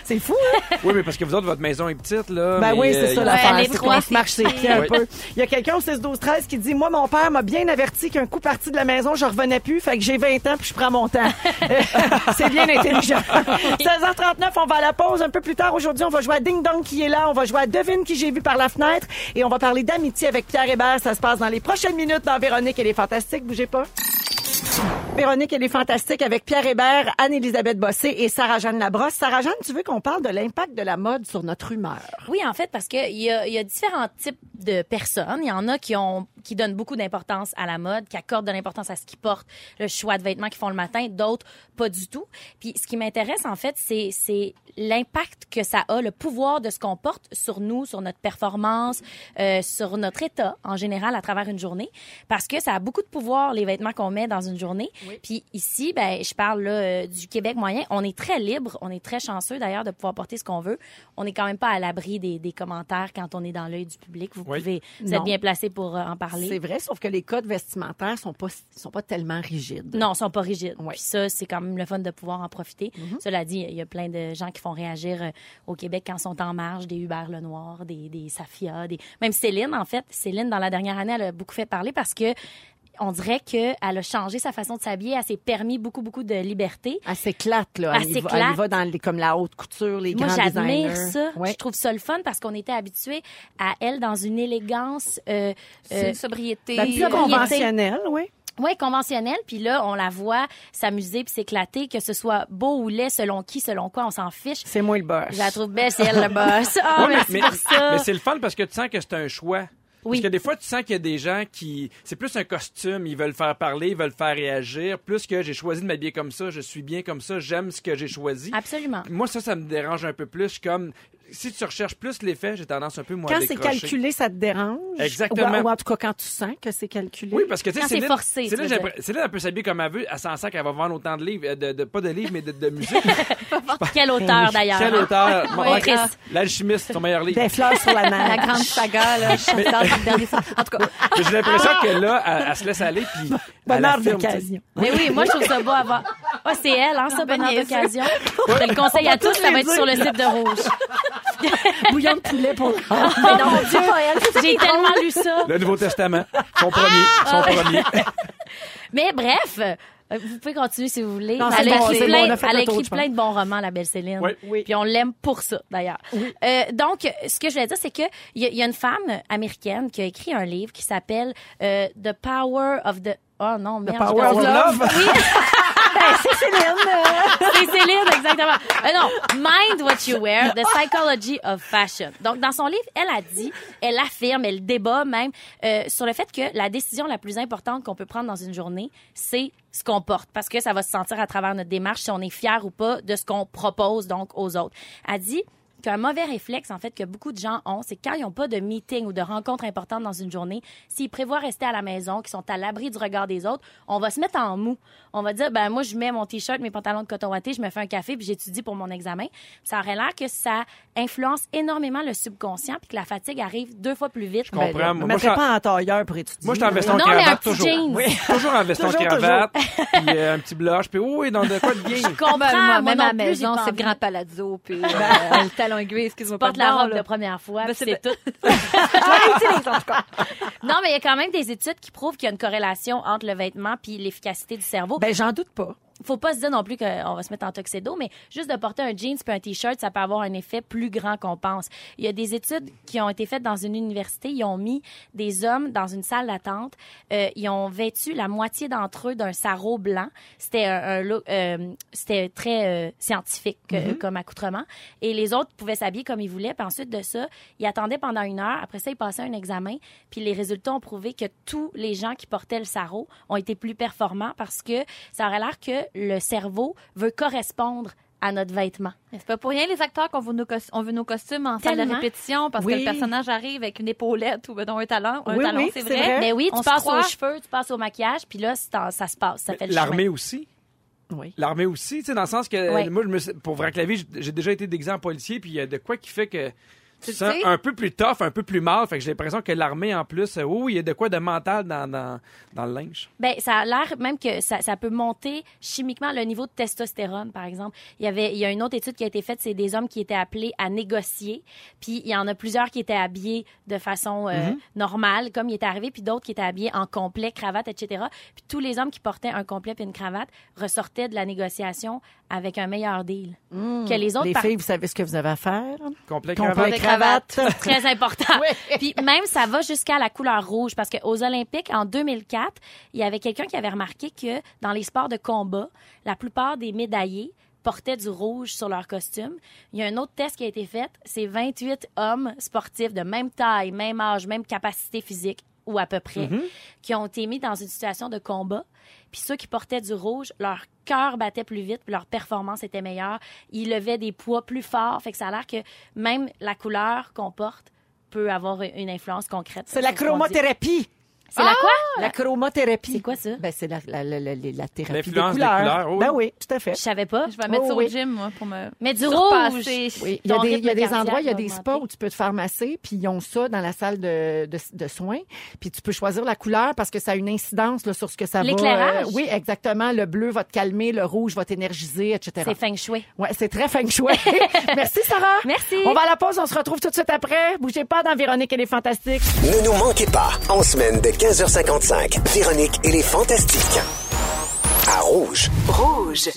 S3: C'est fou, hein?
S4: Oui, mais parce que vous autres, votre maison est petite, là.
S3: Ben
S4: mais,
S3: oui,
S4: euh,
S3: c'est ça
S4: il-
S3: l'affaire.
S7: les
S3: c'est
S7: trois,
S3: qu'on se marche ses pieds un
S4: Oui.
S3: peu. Il y a quelqu'un au 16 12 13 qui dit Moi, mon père m'a bien averti qu'un coup parti de la maison, je revenais plus, fait que j'ai 20 ans puis je prends mon temps. c'est bien intelligent. 16h39, on va à la pause. Un peu plus tard aujourd'hui, on va jouer à Ding Dong qui est là, on va jouer à Devine qui j'ai vu par la fenêtre et on va parler d'amitié avec Pierre Hébert. Ça se passe dans les prochaines minutes dans Véronique et les Fantastiques. Bougez pas. Véronique, elle est fantastique avec Pierre Hébert, Anne-Élisabeth Bossé et Sarah-Jeanne Labrosse. Sarah-Jeanne, tu veux qu'on parle de l'impact de la mode sur notre humeur?
S7: Oui, en fait, parce qu'il y a, il y a différents types de personnes. Il y en a qui, ont, qui donnent beaucoup d'importance à la mode, qui accordent de l'importance à ce qu'ils portent, le choix de vêtements qu'ils font le matin, d'autres pas du tout. Puis ce qui m'intéresse, en fait, c'est, c'est l'impact que ça a, le pouvoir de ce qu'on porte sur nous, sur notre performance, euh, sur notre état en général à travers une journée, parce que ça a beaucoup de pouvoir, les vêtements qu'on met dans une journée. Puis ici, ben, je parle là, euh, du Québec moyen. On est très libre, on est très chanceux d'ailleurs de pouvoir porter ce qu'on veut. On n'est quand même pas à l'abri des, des commentaires quand on est dans l'œil du public. Vous
S4: Oui.
S7: pouvez, vous
S3: Non.
S7: êtes bien placé pour euh, en parler.
S3: C'est vrai, sauf que les codes vestimentaires sont pas sont pas tellement rigides.
S7: Non, ils sont pas rigides.
S3: Ouais. Mhm.
S7: Puis ça, c'est quand même le fun de pouvoir en profiter. Cela dit, il y a plein de gens qui font réagir euh, au Québec quand ils sont en marge, des Hubert Lenoir, des, des Safia, des... même Céline, en fait. Céline, dans la dernière année, elle a beaucoup fait parler parce que on dirait qu'elle a changé sa façon de s'habiller. Elle s'est permis beaucoup, beaucoup de liberté.
S3: Elle s'éclate Ah, là, elle,
S7: Elle
S3: y va,
S7: s'éclate.
S3: elle y va dans les, comme la haute couture, les
S7: Moi,
S3: grands designers.
S7: j'admire ça.
S3: Ouais.
S7: Je trouve ça le fun parce qu'on était habitués à elle dans une élégance euh,
S5: C'est
S7: euh,
S5: une sobriété.
S3: Ben, plus
S7: Et-
S3: conventionnelle, oui.
S7: Ouais, conventionnel, puis là on la voit s'amuser puis s'éclater, que ce soit beau ou laid, selon qui, selon quoi, on s'en fiche.
S3: C'est moi le beurre.
S7: Je la trouve belle, c'est elle le boss. Ah,
S4: Ouais, mais-
S7: merci
S4: mais-
S7: pour ça.
S4: mais c'est le fun parce que tu sens que c'est un choix.
S7: Oui.
S4: Parce que des fois, tu sens qu'il y a des gens qui. C'est plus un costume, ils veulent faire parler, ils veulles faire réagir, plus que j'ai choisi de m'habiller comme ça, je suis bien comme ça, j'aime ce que j'ai choisi.
S7: Absolument.
S4: Moi, ça, ça me dérange un peu plus. Je suis comme. Si tu recherches plus l'effet, j'ai tendance un peu moins à
S3: Quand c'est
S4: décrocher.
S3: calculé, ça te dérange.
S4: Exactement.
S3: Ou, ou en tout cas, quand tu sens que c'est calculé.
S4: Oui, parce que tu sais,
S7: Quand c'est
S4: Céline,
S7: forcé, tu
S4: Céline,
S7: veux
S4: j'ai
S7: dire.
S4: l'impr- Céline, elle peut s'habiller comme elle veut, elle s'en sent qu'elle va vendre autant de livres, euh, de, de- pas de livres, mais de, de musique.
S7: Quelle auteur d'ailleurs. hein.
S4: Quel auteur?
S7: Oui,
S4: Mon-
S7: Chris.
S4: L'alchimiste, son meilleur livre.
S3: Des fleurs sur la
S5: La
S3: neige.
S5: grande saga, là. je dans le dernier- En tout cas,
S4: Mais J'ai l'impression que là, elle, elle se laisse aller, puis elle
S3: ah! Bonheur
S4: affirme, tu sais.
S3: d'occasion.
S7: Mais oui, moi je trouve ça beau à voir. Ah, c'est elle, hein, ça, bonheur
S5: niaiseuse.
S7: d'occasion. Je le conseille à tous, ça va être sur le site de Rouge.
S3: Bouillon de poulet pour
S7: Mais non, mon Dieu, j'ai tellement lu ça.
S4: Le Nouveau Testament,
S7: Ah!
S4: son premier, son premier.
S7: Mais bref, euh, vous pouvez continuer si vous voulez.
S3: Non,
S7: elle
S3: c'est
S7: a
S3: bon,
S7: écrit,
S3: c'est bon, on
S7: plein,
S3: a fait
S7: elle a
S3: le tour,
S7: écrit
S3: je
S7: plein de bons romans, la belle Céline.
S4: Oui.
S3: Oui.
S7: Puis on l'aime pour ça, d'ailleurs. Euh, donc, ce que je voulais dire, c'est que il y, a- il y a une femme américaine qui a écrit un livre qui s'appelle euh, The Power of the... Oh non, merde. je
S3: Power
S7: vais-
S3: of Love.
S7: C'est Céline, exactement. Euh, non, Mind What You Wear, The Psychology of Fashion. Donc, dans son livre, elle a dit, elle affirme, elle débat même euh, sur le fait que la décision la plus importante qu'on peut prendre dans une journée, c'est ce qu'on porte, parce que ça va se sentir à travers notre démarche si on est fier ou pas de ce qu'on propose donc aux autres. Elle dit qu'un mauvais réflexe, en fait, que beaucoup de gens ont, c'est quand ils n'ont pas de meeting ou de rencontre importante dans une journée, s'ils prévoient rester à la maison, qu'ils sont à l'abri du regard des autres, on va se mettre en mou. On va dire, ben moi, je mets mon T-shirt, mes pantalons de coton watté, je me fais un café, puis j'étudie pour mon examen. Ça aurait l'air que ça influence énormément le subconscient, puis que la fatigue arrive deux fois plus vite.
S4: comprends.
S3: Ben,
S4: Moi,
S3: me
S4: moi,
S3: mettrais
S4: je-
S3: pas en tailleur pour étudier.
S4: Moi, je suis en veston
S7: Non, mais un
S4: cravate
S7: petit
S4: toujours.
S7: jeans.
S4: Oui. Toujours en veston
S3: Toujours,
S4: cravate, puis euh, un petit blush, puis oui, dans de quoi de bien.
S7: Je
S5: même,
S7: comprends, moi
S5: même
S7: non
S5: à la
S7: plus, j'ai
S5: maison,
S7: pas
S5: c'est
S7: envie.
S5: le grand palazzo, puis euh, le talon aiguille, excuse-moi,
S7: Je porte
S5: pas
S7: la
S5: bord,
S7: robe
S5: là.
S7: de première fois,
S5: Ben,
S7: puis
S5: c'est
S7: c'est tout. non, mais il y a quand même des études qui prouvent qu'il y a une corrélation entre le vêtement puis l'efficacité du cerveau.
S3: Ben, j'en doute pas.
S7: faut pas se dire non plus qu'on va se mettre en tuxedo, mais juste de porter un jeans puis un t-shirt, ça peut avoir un effet plus grand qu'on pense. Il y a des études qui ont été faites dans une université. Ils ont mis des hommes dans une salle d'attente. Euh, ils ont vêtu la moitié d'entre eux d'un sarrau blanc. C'était un, un look, euh, c'était très euh, scientifique euh, comme accoutrement. Et les autres pouvaient s'habiller comme ils voulaient. Puis ensuite de ça, ils attendaient pendant une heure. Après ça, ils passaient un examen. Puis les résultats ont prouvé que tous les gens qui portaient le sarrau ont été plus performants parce que ça aurait l'air que le cerveau veut correspondre à notre vêtement.
S5: C'est pas pour rien les acteurs qu'on veut nos, cos- on veut nos costumes en salle de
S7: Tellement.
S5: répétition parce que
S3: Oui.
S5: le personnage arrive avec une épaulette ou ben, non, un talon, un
S3: Oui,
S5: talon,
S3: oui,
S5: c'est
S3: c'est
S5: vrai.
S3: vrai.
S7: Mais oui, tu
S5: Hein? On se
S7: passes
S5: croit.
S7: aux cheveux, tu passes au maquillage, puis là, c'est en- ça se passe, ça fait le
S4: L'armée aussi.
S3: Oui.
S4: L'armée aussi, tu sais, dans le sens que
S7: Ouais.
S4: euh, moi, je me suis- pour Vrac la vie, j'ai- j'ai déjà été déguisé en policier, puis il y a de quoi qui fait que
S5: Tu
S4: Tu
S5: le
S4: te sens
S5: sais?
S4: un peu plus tough, un peu plus mal. Fait que j'ai l'impression que l'armée, en plus, euh, ouh, il y a de quoi de mental dans, dans, dans le linge.
S7: Ben, ça a l'air même que ça, ça peut monter chimiquement le niveau de testostérone, par exemple. Il y avait, il y a une autre étude qui a été faite, c'est des hommes qui étaient appelés à négocier, puis il y en a plusieurs qui étaient habillés de façon euh,
S3: Mhm.
S7: normale, comme il était arrivé, puis d'autres qui étaient habillés en complet, cravate, etc. Puis tous les hommes qui portaient un complet puis une cravate ressortaient de la négociation avec un meilleur deal que les autres.
S3: Mm. Les
S7: par-
S3: filles, vous savez ce que vous avez à faire?
S4: Complet
S3: Complet
S4: cravate.
S3: cravate.
S7: Très important. Puis même, ça va jusqu'à la couleur rouge parce qu'aux Olympiques, en 2004, il y avait quelqu'un qui avait remarqué que dans les sports de combat, la plupart des médaillés portaient du rouge sur leur costume. Il y a un autre test qui a été fait. C'est 28 hommes sportifs de même taille, même âge, même capacité physique ou à peu près,
S4: Mhm.
S7: qui ont été mis dans une situation de combat. Puis ceux qui portaient du rouge, leur cœur battait plus vite, puis leur performance était meilleure. Ils levaient des poids plus forts. Fait que ça a l'air que même la couleur qu'on porte peut avoir une influence concrète.
S3: C'est
S7: sur
S3: la
S7: ce qu'on dit.
S3: chromothérapie. Ah!
S7: C'est la quoi?
S3: La chromothérapie.
S7: C'est quoi ça?
S3: Ben, c'est la, la, la, la, la- la thérapie des
S4: L'influence
S3: couleurs.
S4: des couleurs, oui.
S3: Ben oui, tout à fait.
S7: Je savais pas.
S5: Je vais mettre
S3: Oh,
S5: ça au
S3: oui.
S5: gym, moi, pour me.
S7: Mais du rouge!
S5: surpasser.
S3: Oui, il y a
S7: Ton
S3: des,
S7: rythme
S3: il y a des
S7: cardiaque
S3: endroits, il y a
S7: va
S3: des
S7: augmenter.
S3: spas où tu peux te faire masser, puis ils ont ça dans la salle de, de, de soins. Puis tu peux choisir la couleur parce que ça a une incidence là, sur ce que ça va.
S7: L'éclairage?
S3: euh, oui, exactement. Le bleu va te calmer, le rouge va t'énergiser, etc.
S7: C'est feng shui.
S3: Ouais, c'est très feng shui. Merci, Sarah.
S7: Merci.
S3: On va à la pause, on se retrouve tout de suite après. Bougez pas dans Véronique et les Fantastiques.
S1: Ne nous manquez pas, en semaine de 15h55, Véronique et les Fantastiques. À Rouge.
S2: Rouge.